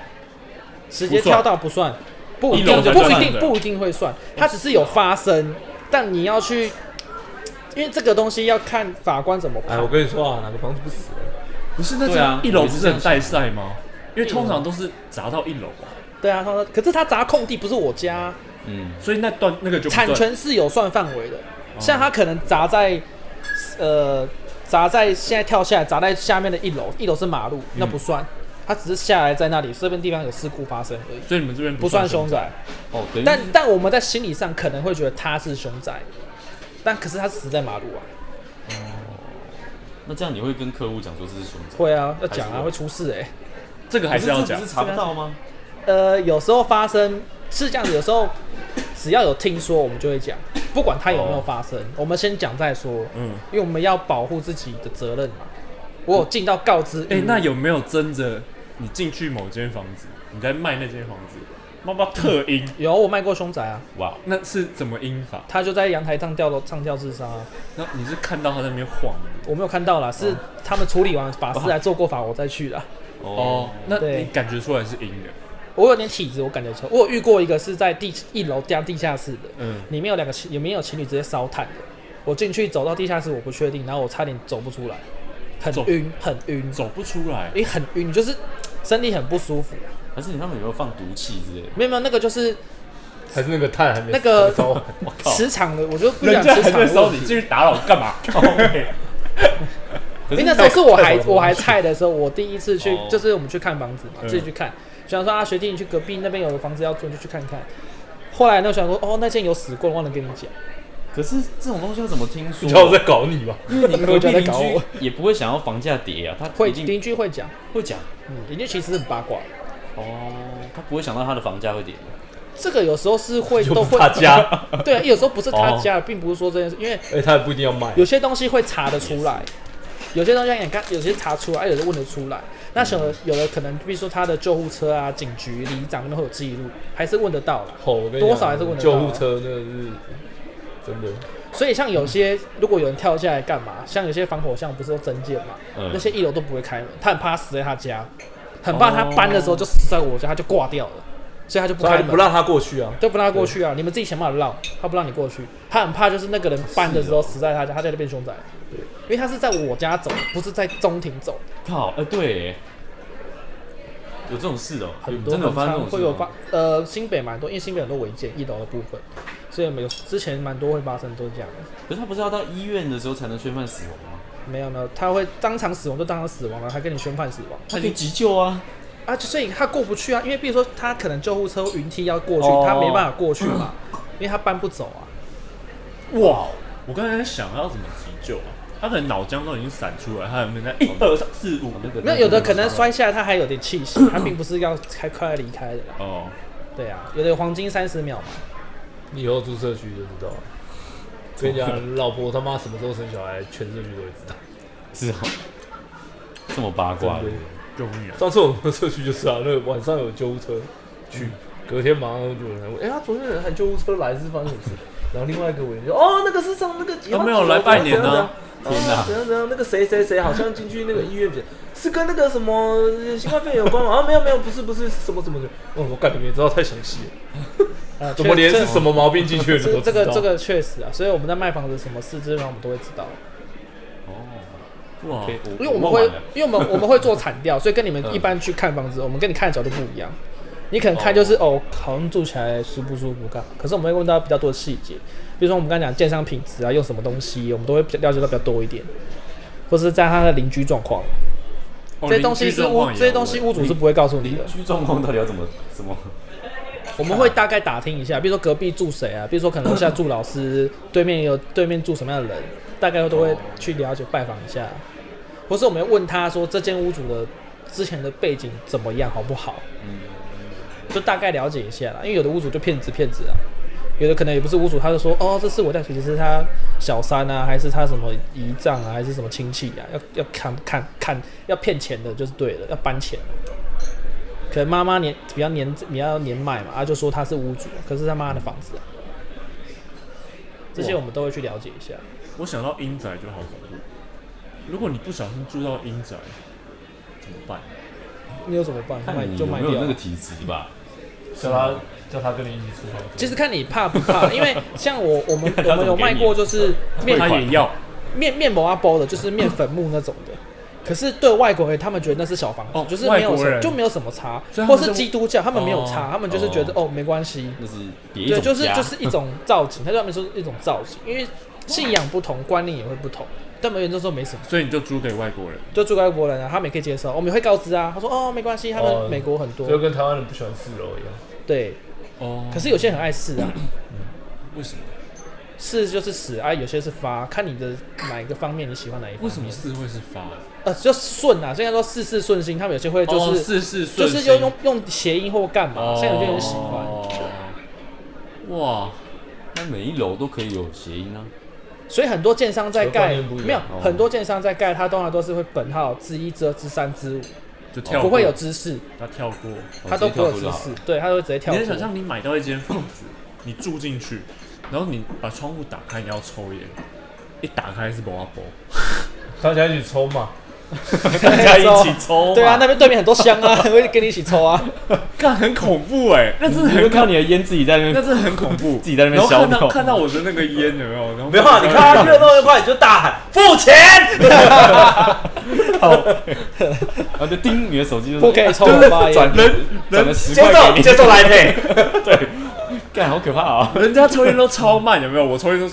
Speaker 7: 直接跳到不算，不一
Speaker 3: 一楼
Speaker 7: 定
Speaker 3: 才
Speaker 7: 不一
Speaker 3: 算
Speaker 7: 定
Speaker 3: 的
Speaker 7: 不一定会算，它只是有发生，但你要去，因为这个东西要看法官怎么
Speaker 1: 哎，
Speaker 7: 判
Speaker 1: 我。跟你说啊，哪个房子不死人？
Speaker 3: 不是那
Speaker 5: 对啊
Speaker 3: 一楼
Speaker 5: 我
Speaker 3: 不
Speaker 5: 也是
Speaker 3: 是很带晒吗？因为通常都是砸到一楼吧，
Speaker 7: 对啊，他说，可是他砸空地不是我家，
Speaker 5: 嗯，
Speaker 3: 所以那段那个就不
Speaker 7: 产
Speaker 3: 算
Speaker 7: 权是有算范围的，像他可能砸在，呃，砸在现在跳下来砸在下面的一楼，一楼是马路，那不算，他只是下来在那里，这边地方有事故发生而已，
Speaker 3: 所以你们这边
Speaker 7: 不算凶宅。
Speaker 5: 哦，等于
Speaker 7: 但但我们在心理上可能会觉得他是凶宅，但可是他死在马路啊。
Speaker 5: 那这样你会跟客户讲说这是凶宅，
Speaker 7: 会啊，要讲
Speaker 5: 还
Speaker 7: 啊，
Speaker 5: 是
Speaker 7: 会出事哎、
Speaker 3: 这个还是要讲
Speaker 5: 可这不是查不到吗？
Speaker 7: 呃，有时候发生是这样子，有时候只要有听说，我们就会讲，不管它有没有发生，我们先讲再说，
Speaker 3: 哦嗯。
Speaker 7: 因为我们要保护自己的责任嘛。我有尽到告知嗯义
Speaker 3: 哎、
Speaker 7: 务。
Speaker 3: 那有没有真的你进去某间房子，你在卖那间房子，妈妈特阴？
Speaker 7: 有我卖过凶宅啊，
Speaker 5: 哇，
Speaker 3: 那是怎么阴法？
Speaker 7: 他就在阳台上吊楼上吊自杀啊、
Speaker 3: 那你是看到他在那边晃的
Speaker 7: 我没有看到啦，是他们处理完法事来做过法，我再去的啊。
Speaker 3: 哦
Speaker 5: 哦，，
Speaker 3: 那
Speaker 7: 对
Speaker 3: 你感觉出来是阴的，
Speaker 7: 我有点体质，我感觉出来。我有遇过一个是在地一楼加地下室的，
Speaker 3: 嗯，
Speaker 7: 里面有两个情，里面有情侣直接烧炭的。我进去走到地下室，我不确定，然后我差点走不出来，很
Speaker 3: 走
Speaker 7: 晕，很晕，
Speaker 3: 走不出来
Speaker 7: 因为很晕，就是身体很不舒服。
Speaker 5: 还是你他们有没有放毒气之类的？
Speaker 7: 没有没有，那个就是
Speaker 1: 还是那个炭还没
Speaker 7: 那个
Speaker 1: 烧完？
Speaker 7: 磁场的，我就不
Speaker 3: 人
Speaker 7: 想
Speaker 3: 家
Speaker 7: 磁
Speaker 3: 还
Speaker 7: 场
Speaker 3: 在
Speaker 7: 的
Speaker 3: 烧
Speaker 7: 问
Speaker 3: 你，
Speaker 7: 题。
Speaker 3: 进去打扰干嘛？
Speaker 7: 因为那时候是我还
Speaker 1: 太恐怖了
Speaker 7: 我还菜的时候，我第一次去
Speaker 5: 哦，
Speaker 7: 就是我们去看房子嘛，
Speaker 3: 嗯
Speaker 7: 自己去看，想说啊学弟你去隔壁那边有个房子要住，你就去看看。后来呢，我想说哦那间有死过，忘了跟你讲。
Speaker 5: 可是这种东西要怎么听说
Speaker 1: *laughs*
Speaker 5: *laughs*
Speaker 1: 你？知道我在搞你吧？
Speaker 5: 因为你隔
Speaker 7: 我
Speaker 5: 壁
Speaker 7: 觉得
Speaker 5: 邻
Speaker 7: 在搞我
Speaker 5: 居也不会想要房价跌 *laughs* 啊，他
Speaker 7: 会
Speaker 5: 一定
Speaker 7: 邻居会讲，
Speaker 5: 会讲
Speaker 7: 嗯，邻居其实很八卦，
Speaker 5: 哦，他不会想到他的房价会跌。
Speaker 7: 这个有时候是会
Speaker 1: 又
Speaker 7: 都
Speaker 1: 不是他
Speaker 7: 会
Speaker 1: 家，
Speaker 7: *laughs* 对，啊有时候不是他家，并不是说这件事，因为
Speaker 1: 哎，他也不一定要卖。
Speaker 7: 有些东西会查得出来，有些东西你看，有些查出来，啊有的问得出来。那有的有的可能，比如说他的救护车啊、警局、里长那边会有记录，还是问得到啦。
Speaker 1: 哦，我跟你
Speaker 7: 多
Speaker 1: 讲
Speaker 7: 少还是问得到
Speaker 1: 救
Speaker 7: 啊
Speaker 1: 护车那个是真的。
Speaker 7: 所以像有些，如果有人跳下来干嘛，像有些防火巷不是都增建嘛，
Speaker 5: 嗯
Speaker 7: 那些一楼都不会开门，他很怕他死在他家，很怕他搬的时候就死在我家，他就挂掉了，所以他就不
Speaker 1: 所以
Speaker 7: 开
Speaker 1: 他就
Speaker 7: 门，
Speaker 1: 不让他过去啊。
Speaker 7: 都不让他过去啊！你们自己想办法绕，他不让你过去，他很怕就是那个人搬的时候死在他家，他在那边凶宅，因为他是在我家走，不是在中庭走，
Speaker 5: 靠，哎，对耶，有这种事哦，
Speaker 7: 很多
Speaker 5: 真的有
Speaker 7: 很
Speaker 5: 发生这
Speaker 7: 常
Speaker 5: 种事
Speaker 7: 会有
Speaker 5: 吗
Speaker 7: 发呃新北蛮多，因为新北很多违建一楼的部分，所以没有之前蛮多会发生都是这样的，
Speaker 5: 可是他不是要到医院的时候才能宣判死亡吗？
Speaker 7: 没有没有，他会当场死亡就当场死亡了，还跟你宣判死亡
Speaker 5: 他可以急救啊。
Speaker 7: 啊，就所以他过不去啊，因为比如说他可能救护车云梯要过去，
Speaker 5: 哦
Speaker 7: 他没办法过去
Speaker 5: *laughs*
Speaker 7: 嘛，因为他搬不走啊，
Speaker 3: 哇！我刚才在想要怎么急救啊？他可能脑浆都已经闪出来，他有没有在一二三四五
Speaker 5: 哦那个
Speaker 7: 那有的可能摔下来他还有点气息，他并不是要开快要离开的啦。
Speaker 3: 哦，
Speaker 7: 对啊，有的黄金三十秒嘛，
Speaker 1: 你以后住社区就知道了。跟你讲，老婆他妈什么时候生小孩，全社区都会知道。
Speaker 5: 是哦，这么八卦的
Speaker 1: 真的
Speaker 3: 救命啊！
Speaker 1: 上次我们社区就是啊，那个晚上有救护车去，隔天马上就有人来问，哎、他昨天有人喊救护车来是发生什么事？然后另外一个委员就哦，那个是上那个
Speaker 3: 都没有来拜年呢
Speaker 1: 怎样怎样怎样怎样怎样那个谁谁谁好像进去那个医院检，是跟那个什么新冠肺炎有关吗？啊，没有没有，不是不是，是什么什么的。哦，我感觉你们知道太详细了，
Speaker 7: 呃，
Speaker 1: 怎么连
Speaker 7: 确
Speaker 1: 是什么毛病进去的你
Speaker 7: 这
Speaker 1: 都知
Speaker 7: 这个
Speaker 1: 道？
Speaker 7: 这个确实啊，所以我们在卖房子什么事，基本上我们都会知道，
Speaker 3: 哇，
Speaker 5: 哦
Speaker 7: 因为我们会，因为
Speaker 1: *laughs*
Speaker 7: 我们我们会做产调，所以跟你们一般去看房子，我们跟你看的角度不一样。你可能
Speaker 1: 嗯
Speaker 7: 看就是哦，好像住起来舒不舒服干嘛？可是我们会问到比较多的细节，比如说我们刚才讲建商品质啊，用什么东西，我们都会比较了解到比较多一点，或是在他的邻居状况，
Speaker 3: 哦
Speaker 7: 这些东西是屋，这些东西屋主是不会告诉你的
Speaker 5: 邻。居状况到底要怎么怎么？
Speaker 7: 我们会大概打听一下，比如说隔壁住谁啊，比如说可能楼下住老师，对面有对面住什么样的人，大概都会去了解拜访一下，或是我们问他说这间屋主的之前的背景怎么样，好不好？就大概了解一下啦，因为有的屋主就骗子骗子啊，有的可能也不是屋主，他就说哦，这是我带水，其实是他小三啊，还是他什么姨丈啊，还是什么亲戚啊，要要看看看要骗钱的，就是对了，要搬钱。可能妈妈年比较年比较年迈嘛，啊就说他是屋主，可是他妈的房子啊、这些我们都会去了解一下。
Speaker 3: 我想到阴宅就好恐怖。如果你不小心住到阴宅，怎么办？
Speaker 7: 你有什么办法？卖
Speaker 5: 看你
Speaker 7: 就
Speaker 5: 有
Speaker 7: 卖
Speaker 5: 没
Speaker 7: 掉
Speaker 5: 有那
Speaker 7: 啊
Speaker 5: 个。体质吧。
Speaker 1: 叫他叫他跟你一起出头。
Speaker 7: 其实看你怕不
Speaker 3: *laughs*
Speaker 7: 怕，因为像我我们我
Speaker 3: 怎么
Speaker 7: 们有
Speaker 3: 给
Speaker 7: 卖
Speaker 3: 你
Speaker 7: 过就是面
Speaker 3: 他也要
Speaker 7: 面面膜啊包的，就是面粉木那种的。可是对外国人，他们觉得那是小房子，
Speaker 3: 哦
Speaker 7: 就是没有
Speaker 3: 外国
Speaker 7: 什
Speaker 3: 人
Speaker 7: 就没有什么差
Speaker 3: 所，以他
Speaker 7: 或
Speaker 3: 们
Speaker 7: 是
Speaker 3: 是
Speaker 7: 基督教，他们没有差，
Speaker 3: 哦
Speaker 7: 他们就是觉得哦没关系，
Speaker 5: 那是别一
Speaker 7: 对，
Speaker 5: 种
Speaker 7: 就是
Speaker 5: 家
Speaker 7: 就是一
Speaker 3: *laughs*
Speaker 7: 种造景，他对他们说是一种造景，因为信仰不同，观念也会不同，但没有人就说没什么。
Speaker 3: 所以你就租给外国人。
Speaker 7: 就住外国人啊，他们也可以接受，我们也会告知啊。他说哦，没关系，他
Speaker 1: 哦
Speaker 7: 们美国很多，
Speaker 1: 就跟台湾人不喜欢四楼一样，
Speaker 7: 对。
Speaker 3: 哦
Speaker 7: 可是有些人很爱试啊，
Speaker 3: 为什么？
Speaker 7: 试就是死啊，有些是发，看你的哪一个方面你喜欢哪一方面。
Speaker 3: 为什么四会是发？
Speaker 7: 呃，就顺啊，虽然说事事顺心，他们有些会就是、
Speaker 3: 哦事事
Speaker 7: 就
Speaker 3: 顺
Speaker 7: 是
Speaker 3: 心，
Speaker 7: 用用用谐音或干嘛，
Speaker 3: 哦，
Speaker 7: 像有些人喜欢，
Speaker 3: 哇，
Speaker 5: 那每一楼都可以有谐音啊。
Speaker 7: 所以很多建商在盖
Speaker 1: 所以观念不一样
Speaker 7: 没有、
Speaker 5: 哦
Speaker 7: 很多建商在盖，他通常都是会本号之一、之二、之三、之五，
Speaker 3: 就跳
Speaker 7: 不
Speaker 3: 过哦
Speaker 7: 会有知识，
Speaker 3: 他跳过。
Speaker 7: 他都不会有
Speaker 5: 直
Speaker 7: 知
Speaker 5: 哦接跳过就好 *laughs*
Speaker 7: 识，对，他都会直接跳
Speaker 3: 你
Speaker 7: 过。
Speaker 3: 能想象你买到一间房子，你住进去，然后你把窗户打开，你要抽烟，一打开是摩阿波，
Speaker 1: 大家一起抽嘛。
Speaker 3: 大家一起抽嘛，
Speaker 7: *laughs* 对啊，那边对面很多香啊， *laughs* 会跟你一起抽啊。
Speaker 3: 看很恐怖哎、那真的
Speaker 6: 你会
Speaker 3: 很
Speaker 6: 看到你的烟自己在那
Speaker 3: 那
Speaker 6: 边，
Speaker 3: 真的很恐怖，
Speaker 6: 自己在那
Speaker 3: 然
Speaker 6: 边
Speaker 3: 后
Speaker 6: 消
Speaker 3: 看到
Speaker 6: 掉。
Speaker 3: 看到我的那个烟有没有？然后
Speaker 1: 没有啊，你看他越弄越快，你就大喊付钱。
Speaker 6: 到，然后就叮你的手机就是
Speaker 7: 不可以抽
Speaker 6: 就是
Speaker 7: 我妈烟
Speaker 6: 转人转了十块给你，
Speaker 5: *laughs*
Speaker 1: 受来配，
Speaker 6: 对，干好可怕
Speaker 5: 哦
Speaker 6: 啊！
Speaker 3: 人家抽烟都超慢，有没有？我抽烟都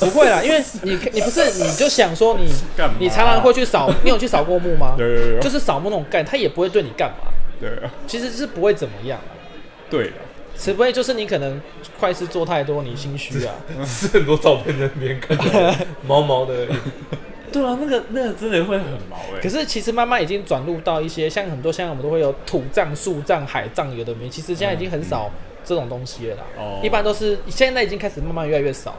Speaker 7: 不会啦，因为你你不是你就想说你
Speaker 3: 干嘛啊
Speaker 7: 你常常会去扫，你有去扫过墓吗？
Speaker 3: 有有有
Speaker 7: 就是扫墓那种干，他也不会对你干嘛，
Speaker 3: 对啊
Speaker 7: 其实是不会怎么样啊。
Speaker 3: 对啊，
Speaker 7: 除非就是你可能坏事做太多，你心虚啊。
Speaker 1: 是很多照片在那边看起来毛毛的而已，
Speaker 3: 对啊，那个那个真的会很毛哎、
Speaker 7: 可是其实慢慢已经转入到一些像很多现在我们都会有土葬、树葬、海葬，有的没。其实现在已经很少这种东西了啦，
Speaker 3: 哦
Speaker 7: 一般都是现在已经开始慢慢越来越少了。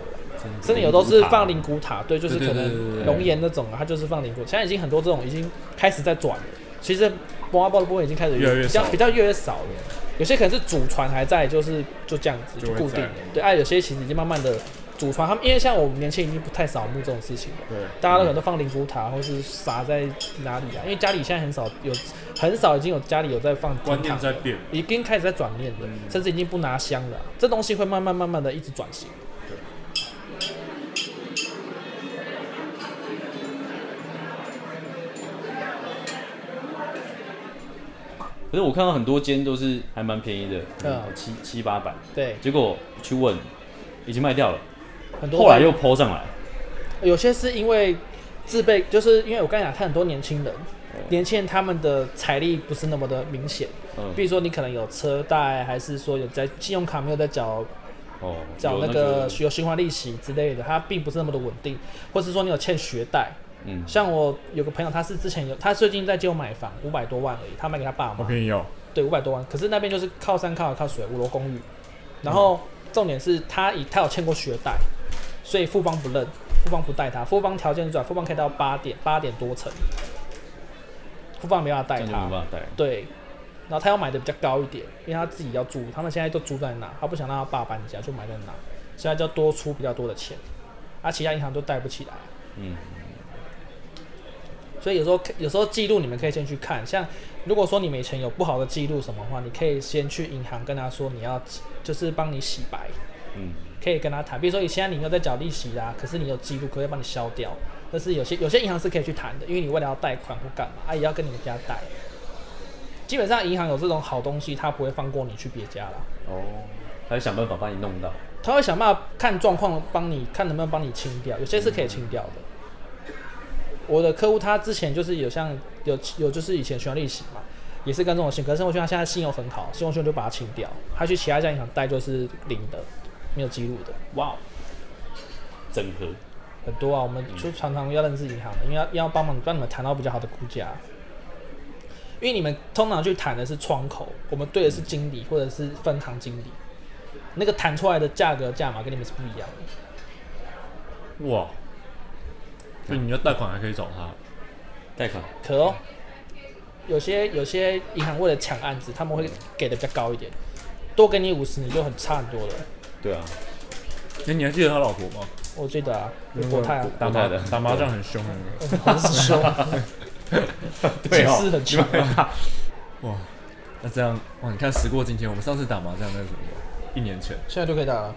Speaker 7: 甚至有都是放灵骨塔，对，就是可能龙岩那种啊，它就是放灵骨。现在已经很多这种已经开始在转了。其实摩阿波的部分已经开始
Speaker 3: 越来越
Speaker 7: 比较
Speaker 3: 少
Speaker 7: 比较越来越少了，有些可能是祖传还在，就是就这样子
Speaker 3: 就
Speaker 7: 就
Speaker 3: 会
Speaker 7: 固
Speaker 3: 在
Speaker 7: 定了。对，啊，有些其实已经慢慢的祖传，他们因为像我们年轻人已经不太扫墓这种事情了。
Speaker 3: 对，
Speaker 7: 大家都可能都放灵骨塔，或是撒在哪里啊？因为家里现在很少有，很少已经有家里有在放金
Speaker 3: 观念
Speaker 7: 塔
Speaker 3: 在变，
Speaker 7: 已经开始在转念了，甚至已经不拿香了啊、这东西会慢慢慢慢的一直转型。
Speaker 5: 可是我看到很多间都是还蛮便宜的，
Speaker 7: 嗯
Speaker 5: 七七八百，
Speaker 7: 对，
Speaker 5: 结果去问已经卖掉了，
Speaker 7: 很多
Speaker 5: 后来又抛上来，
Speaker 7: 有些是因为自备，就是因为我刚才讲，看很多年轻人，年轻人他们的财力不是那么的明显，
Speaker 5: 嗯
Speaker 7: 比如说你可能有车贷，还是说有在信用卡没有在缴
Speaker 5: 哦，
Speaker 7: 缴
Speaker 5: 有
Speaker 7: 那
Speaker 5: 那
Speaker 7: 个有循环利息之类的，它并不是那么的稳定，或是说你有欠学贷。
Speaker 5: 嗯，
Speaker 7: 像我有个朋友，他是之前有，他最近在借我买房，五百多万而已，他卖给他爸
Speaker 3: 好
Speaker 7: 妈，
Speaker 3: 便宜哦，
Speaker 7: 对，五百多万。可是那边就是靠山靠海靠水，五楼公寓。
Speaker 5: 嗯
Speaker 7: 然后重点是他以他有欠过学贷，所以富邦不认，富邦不带他，富邦条件转，富邦可以到八点八点多层，富邦没办法
Speaker 5: 这
Speaker 7: 带
Speaker 5: 样就
Speaker 7: 他
Speaker 5: 没，办法带，
Speaker 7: 对。然后他要买的比较高一点，因为他自己要住，他们现在都住在那，他不想让他爸搬家，就买在那，所以他就要多出比较多的钱，啊，其他银行都贷不起来。
Speaker 5: 嗯，
Speaker 7: 所以有时候有时候记录你们可以先去看，像如果说你们以前有不好的记录什么的话，你可以先去银行跟他说你要就是帮你洗白，
Speaker 5: 嗯，
Speaker 7: 可以跟他谈。比如说你现在你没有在缴利息啦、可是你有记录，可不可以帮你消掉。但是有些有些银行是可以去谈的，因为你为了要贷款或干嘛，啊也要跟你们家贷。基本上银行有这种好东西，他不会放过你去别家啦，
Speaker 5: 哦，还要想办法把你弄到，
Speaker 7: 他会想办法看状况帮你看能不能帮你清掉，有些是可以清掉的。我的客户他之前就是有像有有就是以前学利息嘛，也是跟这种信，可是生活圈他现在信用很好，信用圈就把它清掉，他去其他家银行贷就是零的，没有记录的。
Speaker 6: 哇，
Speaker 5: 整合
Speaker 7: 很多啊，我们就常常要认识银行
Speaker 3: 嗯
Speaker 7: 的，因为要要帮忙帮你们谈到比较好的估价。因为你们通常去谈的是窗口，我们对的是经理或者是分行经理，那个谈出来的价格价码跟你们是不一样的。
Speaker 3: 哇，那你要贷款还可以找他，
Speaker 5: 贷款，
Speaker 7: 可哦，有些有些银行为了抢案子，他们会给的比较高一点，多给你五十你就很差很多了。
Speaker 5: 对啊，
Speaker 3: 哎，你还记得他老婆吗？
Speaker 7: 我记得啊，国泰啊，
Speaker 3: 打
Speaker 5: 国
Speaker 3: 麻
Speaker 5: 泰的
Speaker 3: 打麻将很凶的那个，
Speaker 7: 很凶，
Speaker 3: 嗯 *laughs* 对哦
Speaker 7: 是很凶。
Speaker 3: 哇，那这样哇，你看时过境迁，我们上次打麻将那是什么时候？一年前，
Speaker 7: 现在就可以打了，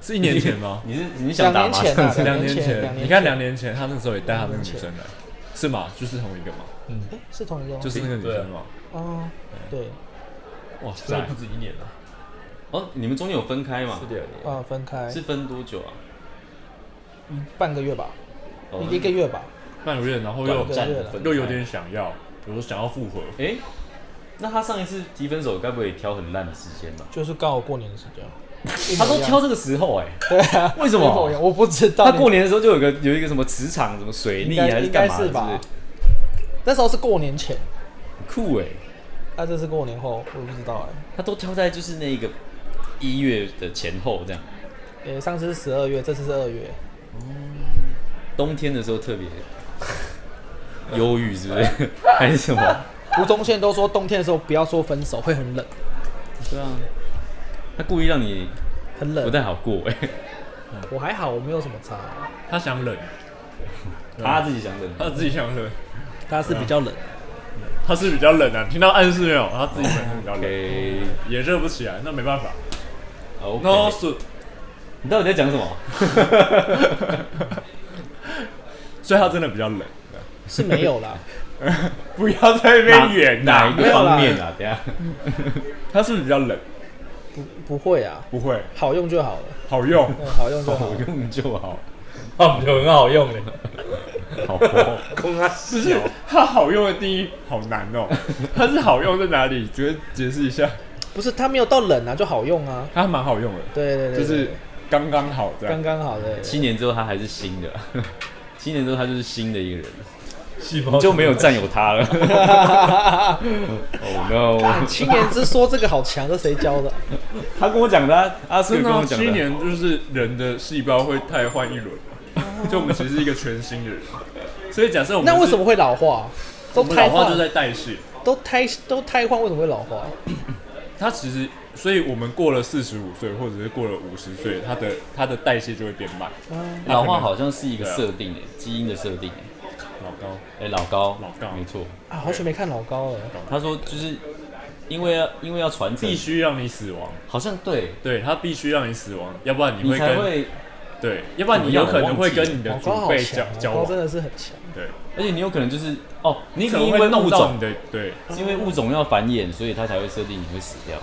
Speaker 3: 是一年前 *laughs* 吗？
Speaker 5: 你是你
Speaker 7: 两
Speaker 5: 想打
Speaker 7: 年
Speaker 5: 麻
Speaker 7: 前
Speaker 5: 将
Speaker 7: 啊，
Speaker 5: *laughs*
Speaker 3: 两
Speaker 7: 年两
Speaker 3: 前，
Speaker 7: 年
Speaker 3: 你看两年前他那时候也带他那个
Speaker 7: 两
Speaker 3: 女
Speaker 7: 年前
Speaker 3: 生来，是吗？就是同一个嘛，
Speaker 7: 诶是同一个吗，
Speaker 3: 就是那个女生嘛。
Speaker 7: 哦，对，
Speaker 3: 哇
Speaker 1: 所以
Speaker 3: 塞
Speaker 1: 不，止一年啊了，
Speaker 5: 哦，你们中间有分开嘛
Speaker 1: 是？两年。
Speaker 7: 啊，分开
Speaker 5: 是分多久啊？
Speaker 7: 半个月吧，
Speaker 5: 哦
Speaker 7: 你一个月吧，
Speaker 3: 半个月，然后又
Speaker 7: 对
Speaker 5: 短暂
Speaker 7: 半个月
Speaker 5: 的
Speaker 7: 了
Speaker 5: 分开
Speaker 3: 又有点想要，比如想要复合，
Speaker 5: 哎、那他上一次提分手，该不会也挑很烂的时间吧？
Speaker 7: 就是刚好过年的时间。一
Speaker 5: 他
Speaker 7: 模一
Speaker 5: 都
Speaker 7: 样
Speaker 5: 挑这个时候、哎，
Speaker 7: 对啊，
Speaker 5: 为什么
Speaker 7: 一模一样我不知道。
Speaker 5: 他过年的时候就有一个有一个什么磁场，什么水
Speaker 7: 应
Speaker 5: 逆
Speaker 7: 该
Speaker 5: 还是
Speaker 7: 应该
Speaker 5: 干嘛的？
Speaker 7: 是
Speaker 5: 是不
Speaker 7: 吧
Speaker 5: 是？
Speaker 7: 那时候是过年前，
Speaker 5: 很酷哎、
Speaker 7: 那、这是过年后，我不知道哎、
Speaker 5: 他都挑在就是那个一月的前后这样，
Speaker 7: 呃，上次是十二月，这次是二月，
Speaker 5: 冬天的时候特别忧郁，是不是？还是什么？
Speaker 7: 吴宗宪都说冬天的时候不要说分手，会很冷，
Speaker 5: 对啊，他故意让你
Speaker 7: 很冷。
Speaker 5: 不太好过哎、
Speaker 7: 我还好，我没有什么差、
Speaker 3: 他想冷，
Speaker 5: 他自己想的。
Speaker 3: 他自己想冷，
Speaker 7: 他是比较冷。
Speaker 3: 他是比较冷啊，听到暗示没有？他自己本身比较冷，
Speaker 5: OK
Speaker 3: 也热不起来，那没办法。
Speaker 5: OK，、
Speaker 3: No 所
Speaker 5: 你到底在讲什么？
Speaker 3: 所以他真的比较冷，
Speaker 7: 是没
Speaker 5: *laughs*
Speaker 7: 有啦，
Speaker 3: 不要在那边远
Speaker 5: 哪
Speaker 3: 呐
Speaker 5: 一。
Speaker 7: 没
Speaker 5: 个
Speaker 7: 有啦
Speaker 5: 方面啊？等一下，
Speaker 3: 他是不是比较冷？
Speaker 7: 不不会啊，
Speaker 3: 不会，
Speaker 7: 好用就好了，
Speaker 3: 好用。
Speaker 7: 嗯，好用就
Speaker 5: *laughs*
Speaker 7: 好
Speaker 5: 好
Speaker 7: 了。
Speaker 5: 用就
Speaker 3: *laughs*
Speaker 5: 好，
Speaker 1: 那我们就很好用的，
Speaker 5: 好哦。
Speaker 1: 空啊，
Speaker 3: 不是它好用的定义好难哦，它是好用在哪里？直接解释一下。
Speaker 7: 不是他没有到冷啊，就好用啊。
Speaker 3: 它蛮好用的，
Speaker 7: 对对对
Speaker 3: 就
Speaker 7: 对
Speaker 3: 是刚刚好这
Speaker 7: 刚
Speaker 3: 样。
Speaker 7: 刚好的。
Speaker 5: 七年之后他还是新的，七年之后他就是新的一个人，
Speaker 1: 细
Speaker 5: 你
Speaker 1: 胞
Speaker 5: 就没有占有他了。oh no！
Speaker 7: 青啊年之说这个好强，这谁教的？
Speaker 5: 他跟我讲的啊，阿顺
Speaker 3: 真的哦，
Speaker 5: 跟我讲
Speaker 3: 七
Speaker 5: 的。
Speaker 3: 年就是人的细胞会汰换一轮嘛，就我们其实是一个全新 *laughs* 的人，所以假设我们
Speaker 7: 那为什
Speaker 3: 么
Speaker 7: 么会老化？
Speaker 3: 我
Speaker 7: 都
Speaker 3: 们
Speaker 7: 胎
Speaker 3: 老化就
Speaker 7: 换，
Speaker 3: 在代谢？
Speaker 7: 都胎都胎换，为什么会老化？
Speaker 3: 它其实，所以我们过了四十五岁，或者是过了五十岁，它的它的代谢就会变慢。
Speaker 5: 老化好像是一个设定诶，基因的设定诶。欸
Speaker 3: 老高，
Speaker 5: 哎，老高，
Speaker 3: 啊老高
Speaker 5: 没错。
Speaker 7: 啊，好久没看老高了。
Speaker 5: 他说就是因为要因为要传承
Speaker 3: 必，须让你死亡，
Speaker 5: 好像对
Speaker 3: 对，它必须让你死亡，要不然你
Speaker 5: 你
Speaker 3: 会
Speaker 5: 才
Speaker 3: 跟
Speaker 5: 会，
Speaker 3: 对，要不然你有可能会跟你的
Speaker 7: 老
Speaker 3: 祖
Speaker 7: 高好
Speaker 3: 辈
Speaker 7: 强
Speaker 3: 交交
Speaker 7: 啊，老高
Speaker 3: 往
Speaker 7: 真，的是很强。
Speaker 3: 对，
Speaker 5: 而且你有可能就是哦，你
Speaker 3: 你
Speaker 5: 是
Speaker 3: 可能
Speaker 5: 因
Speaker 3: 会
Speaker 5: 为
Speaker 3: 弄
Speaker 5: 物
Speaker 3: 到你
Speaker 5: 种，
Speaker 3: 的对，
Speaker 5: 是因为物种要繁衍，所以他才会设定你会死掉。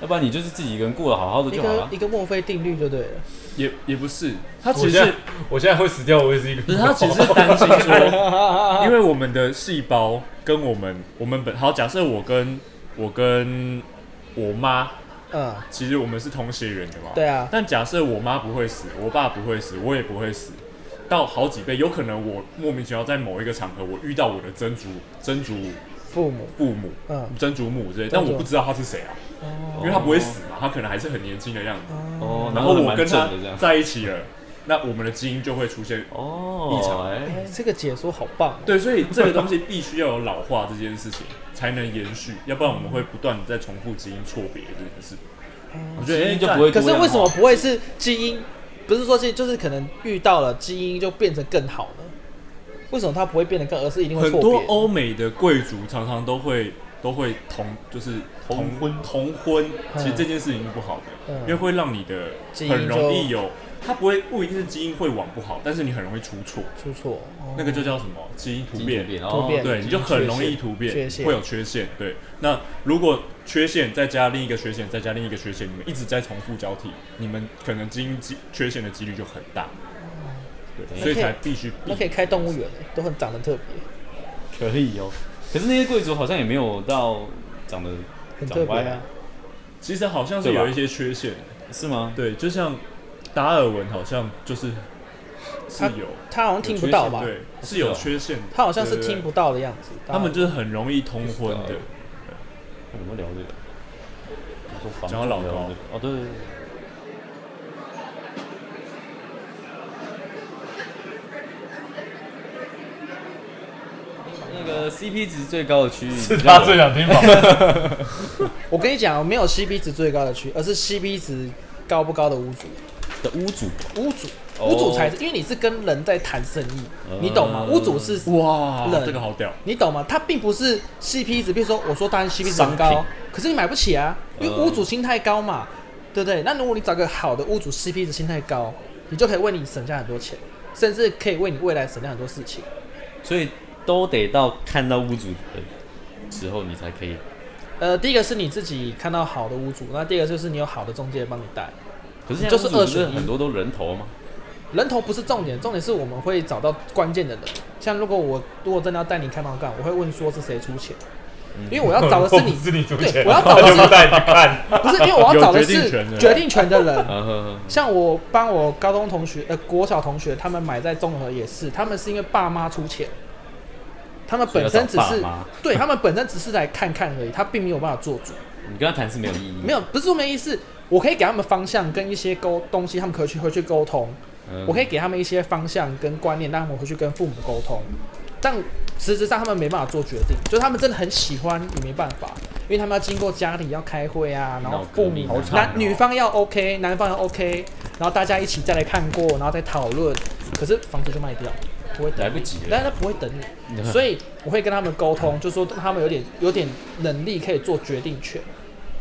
Speaker 5: 要不然你就是自己一个人过得好好的
Speaker 7: 一
Speaker 5: 就好
Speaker 7: 个
Speaker 3: 啊
Speaker 5: 了
Speaker 7: 一。个墨菲定律就对了。
Speaker 3: 也也不是，他
Speaker 1: 我
Speaker 3: 其
Speaker 1: 现
Speaker 3: 实
Speaker 1: 在我现在会死掉，我也是一个。
Speaker 3: 不是他其实是担心
Speaker 7: *laughs*
Speaker 3: *laughs* 说，因为我们的细胞跟我们我们本好，假设我跟我跟我妈，
Speaker 7: 嗯，
Speaker 3: 其实我们是同血缘的嘛，
Speaker 7: 对啊
Speaker 3: 但假设我妈不会死，我爸不会死，我也不会死。到好几倍，有可能我莫名其妙在某一个场合，我遇到我的曾祖曾祖
Speaker 7: 父母，
Speaker 3: 父母、
Speaker 7: 嗯
Speaker 3: 曾祖母之类，但
Speaker 7: 曾祖
Speaker 3: 我不知道他是谁啊，
Speaker 7: 哦，
Speaker 3: 因为他不会死嘛，他可能还是很年轻的样子。
Speaker 5: 哦，
Speaker 3: 然后
Speaker 5: 很
Speaker 3: 我
Speaker 5: 蛮
Speaker 3: 跟
Speaker 5: 正
Speaker 3: 他
Speaker 5: 的这样。
Speaker 3: 在一起了，那我们的基因就会出现。
Speaker 5: 哦，
Speaker 3: 异常
Speaker 5: 哎，
Speaker 7: 哎这个解说好棒哦。
Speaker 3: 对，所以这个东西必须要有老化这件事情才能延续，要不然我们会不断的在重复基因错别这件事。
Speaker 7: 哦
Speaker 3: 我觉得哎
Speaker 5: 就
Speaker 3: 干
Speaker 5: 不会
Speaker 7: 可
Speaker 5: 多
Speaker 7: 是
Speaker 5: 样
Speaker 7: 为什
Speaker 5: 化
Speaker 7: 么不会是基因？不是说是就是可能遇到了基因就变成更好呢？为什么它不会变得更，而是一定会
Speaker 3: 很
Speaker 7: 错
Speaker 3: 多哦
Speaker 7: 别？
Speaker 3: 欧美的贵族常常都会都会同就是同婚同婚，其实这件事情是不好的，
Speaker 7: 嗯
Speaker 3: 因为会让你的
Speaker 7: 基因
Speaker 3: 很容易
Speaker 7: 就
Speaker 3: 有，它不会不一定是基因会往不好，但是你很容易出错，
Speaker 7: 出错，哦
Speaker 3: 那个就叫什么基因突
Speaker 5: 基因
Speaker 3: 变
Speaker 5: 突。变
Speaker 7: 突变
Speaker 5: 哦，
Speaker 3: 对，你就很容易突变
Speaker 7: 缺，陷
Speaker 3: 会有缺陷。对，那如果缺陷再加另一个缺陷，再加另一个缺陷，你们一直在重复交替，你们可能基因基缺陷的几率就很大。对，所以才必须避
Speaker 7: 那可以开动物园欸，都很长得特别。
Speaker 3: 可以哦。
Speaker 5: 可是那些贵族好像也没有到长得
Speaker 7: 很特
Speaker 5: 长
Speaker 7: 别
Speaker 5: 歪
Speaker 7: 啊，。
Speaker 3: 其实好像是
Speaker 5: 对吧
Speaker 3: 有一些缺陷，
Speaker 5: 是吗？
Speaker 3: 对，就像达尔文好像就是是
Speaker 7: 他
Speaker 3: 有
Speaker 7: 他好像听不到吧？
Speaker 3: 对，是有
Speaker 5: 哦
Speaker 3: 缺陷的，
Speaker 7: 他好像是
Speaker 3: 对对对
Speaker 7: 听不到的样子。
Speaker 3: 他们就是很容易通婚
Speaker 5: 不知
Speaker 3: 的
Speaker 5: 道，我们聊这个，我说房
Speaker 3: 讲到老
Speaker 5: 子
Speaker 3: 高
Speaker 5: 聊这个哦，对对对。对那个 CP 值最高的区域是
Speaker 6: 他最想听吧？
Speaker 7: 我跟你讲，没有 CP 值最高的区，而是 CP 值高不高的屋主，
Speaker 5: 的屋主，
Speaker 7: 屋主。
Speaker 5: 哦
Speaker 7: 屋主才是，因为你是跟人在谈生意，
Speaker 5: 嗯
Speaker 7: 你懂吗？屋主是，
Speaker 3: 哇
Speaker 7: 冷
Speaker 3: 这个好屌，
Speaker 7: 你懂吗？他并不是 CP 值，比如说我说当然 CP 值很
Speaker 5: 商
Speaker 7: 高
Speaker 5: 品，
Speaker 7: 可是你买不起啊，因为
Speaker 5: 嗯
Speaker 7: 屋主心态高嘛，对不对？那如果你找个好的屋主，CP 值心态高，你就可以为你省下很多钱，甚至可以为你未来省下很多事情。
Speaker 5: 所以都得到看到屋主的时候，你才可以。
Speaker 7: 呃，第一个是你自己看到好的屋主，那第二个就是你有好的中介帮你带。
Speaker 5: 可是现在
Speaker 7: 就是
Speaker 5: 屋主不
Speaker 7: 二选一
Speaker 5: 很多都人头吗？
Speaker 7: 人头不是重点，重点是我们会找到关键的人。像如果我如果真的要带你开盲杠，我会问说是谁出钱，因为我要找哦的
Speaker 3: *laughs*
Speaker 7: 是你，
Speaker 1: 是你出
Speaker 7: 对，我要找的是
Speaker 1: 不带你看，
Speaker 7: 不是因为我要找的
Speaker 3: 有决定
Speaker 7: 是
Speaker 3: 权的
Speaker 7: 决定权的人。
Speaker 5: 啊呵呵，
Speaker 7: 像我帮我高中同学、呃国小同学，他们买在综合也是，他们是因为爸妈出钱，他们本身
Speaker 5: 所
Speaker 7: 只
Speaker 5: 以要
Speaker 7: 是
Speaker 5: 找爸妈
Speaker 7: 对他们本身只是来看看而已，他并没有办法做主。
Speaker 5: 你跟他谈是没有意义，
Speaker 7: 没有，不是说没意思，我可以给他们方向跟一些沟东西，他们可以去回去沟通。
Speaker 5: 嗯，
Speaker 7: 我可以给他们一些方向跟观念，让他们回去跟父母沟通。但实质上他们没办法做决定，就是他们真的很喜欢也没办法，因为他们要经过家里要开会啊，然后
Speaker 5: 闹革
Speaker 7: 父
Speaker 5: 命
Speaker 7: 母
Speaker 5: 好惨
Speaker 7: 男
Speaker 5: 哦
Speaker 7: 女方要 OK，男方要 OK，然后大家一起再来看过，然后再讨论。可是房子就卖掉，不会等
Speaker 5: 来不及了
Speaker 7: 但。是他不会等你，
Speaker 5: *laughs*
Speaker 7: 所以我会跟他们沟通，就说他们有点有点能力可以做决定权，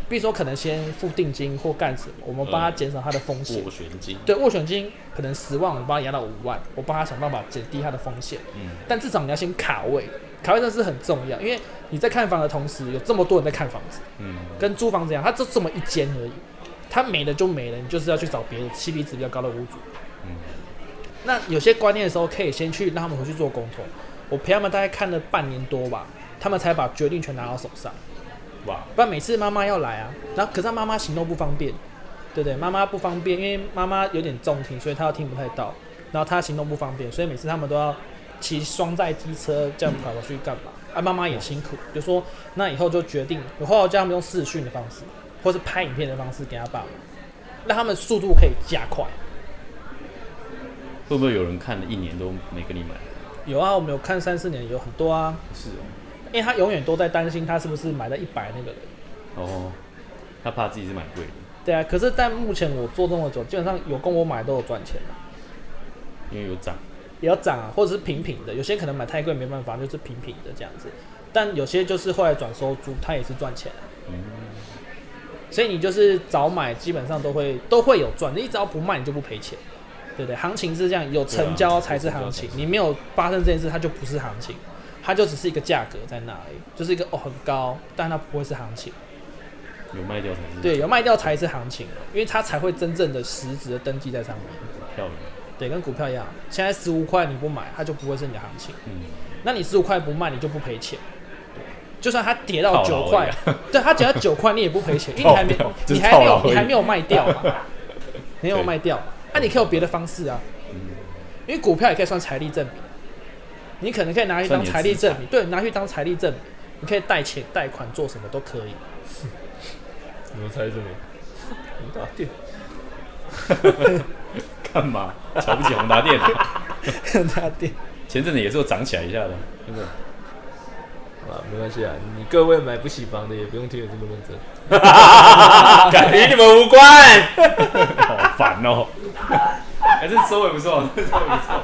Speaker 7: 比如说可能先付定金或干什么，我们帮
Speaker 5: 嗯
Speaker 7: 他减少他的风险。
Speaker 5: 斡旋金，
Speaker 7: 对，斡旋金可能十万，我帮他压到五万，我帮他想办法减低他的风险。
Speaker 5: 嗯，
Speaker 7: 但至少你要先卡位，卡位真的是很重要，因为你在看房的同时，有这么多人在看房子，
Speaker 5: 嗯，
Speaker 7: 跟租房子一样，它就这么一间而已，它没了就没了，你就是要去找别的 CP 值比较高的屋主。
Speaker 5: 嗯
Speaker 7: 那有些观念的时候，可以先去让他们回去做沟通。我陪他们大概看了半年多吧，他们才把决定权拿到手上。
Speaker 5: 哇，
Speaker 7: 不然每次妈妈要来啊，然后可是她妈妈行动不方便，对不对？妈妈不方便，因为妈妈有点重听，所以她又听不太到，然后她行动不方便，所以每次他们都要骑双载机车这样跑过去干嘛？啊，妈妈也辛苦，就说那以后就决定，我后来叫他们用视讯的方式，或是拍影片的方式给他爸妈，让他们速度可以加快。
Speaker 5: 会不会有人看了一年都没跟你买？
Speaker 7: 有啊，我们有看三四年有很多啊，
Speaker 5: 是哦，
Speaker 7: 因为他永远都在担心他是不是买在一百那个人。
Speaker 5: 哦，他怕自己是买贵的，
Speaker 7: 对啊，可是但目前我做这么久，基本上有跟我买都有赚钱啊
Speaker 5: 因为有涨，
Speaker 7: 也要涨啊，或者是平平的。有些可能买太贵没办法，就是平平的这样子。但有些就是后来转收租，它也是赚钱、啊。所以你就是早买，基本上都会都会有赚。你只要不卖，你就不赔钱，对不对？行情是这样，有成交才是行情。你没有发生这件事，它就不是行情，它就只是一个价格在那里，就是一个哦很高，但它不会是行情。
Speaker 5: 有卖掉才是
Speaker 7: 对，有卖掉才是行情，因为它才会真正的实质的登记在上面。
Speaker 5: 漂亮，
Speaker 7: 对，跟股票一样，现在十五块你不买，它就不会是你的行情。
Speaker 5: 嗯，
Speaker 7: 那你十五块不卖，你就不赔钱。就算它跌到
Speaker 5: 套
Speaker 7: 九
Speaker 5: 牢
Speaker 7: 块
Speaker 5: 而已，
Speaker 7: 对它跌到九块，你也不赔钱，因为你还没
Speaker 6: *laughs* 套牢就
Speaker 7: 你
Speaker 6: 是
Speaker 7: 还没
Speaker 6: 套
Speaker 7: 有
Speaker 6: 牢而已
Speaker 7: 你还没有卖掉
Speaker 6: *laughs*
Speaker 7: 嘛，没有卖掉，那、你可以有别的方式啊，
Speaker 6: 嗯
Speaker 7: 因为股票也可以算财力证明，你可能可以拿去当财力证明，对，拿去当财力证明，你可以贷钱、贷款做什么都可以。
Speaker 1: 你们猜什么？
Speaker 5: 干嘛？瞧不起宏达店？
Speaker 7: 他跌，
Speaker 5: 前阵子也是有涨起来一下的，真的，
Speaker 1: 啊，没关系啊，你各位买不起房的也不用听得这么认真。
Speaker 5: 与你们无关， *laughs* 好烦哦。哎，这收尾不错，这收尾不错。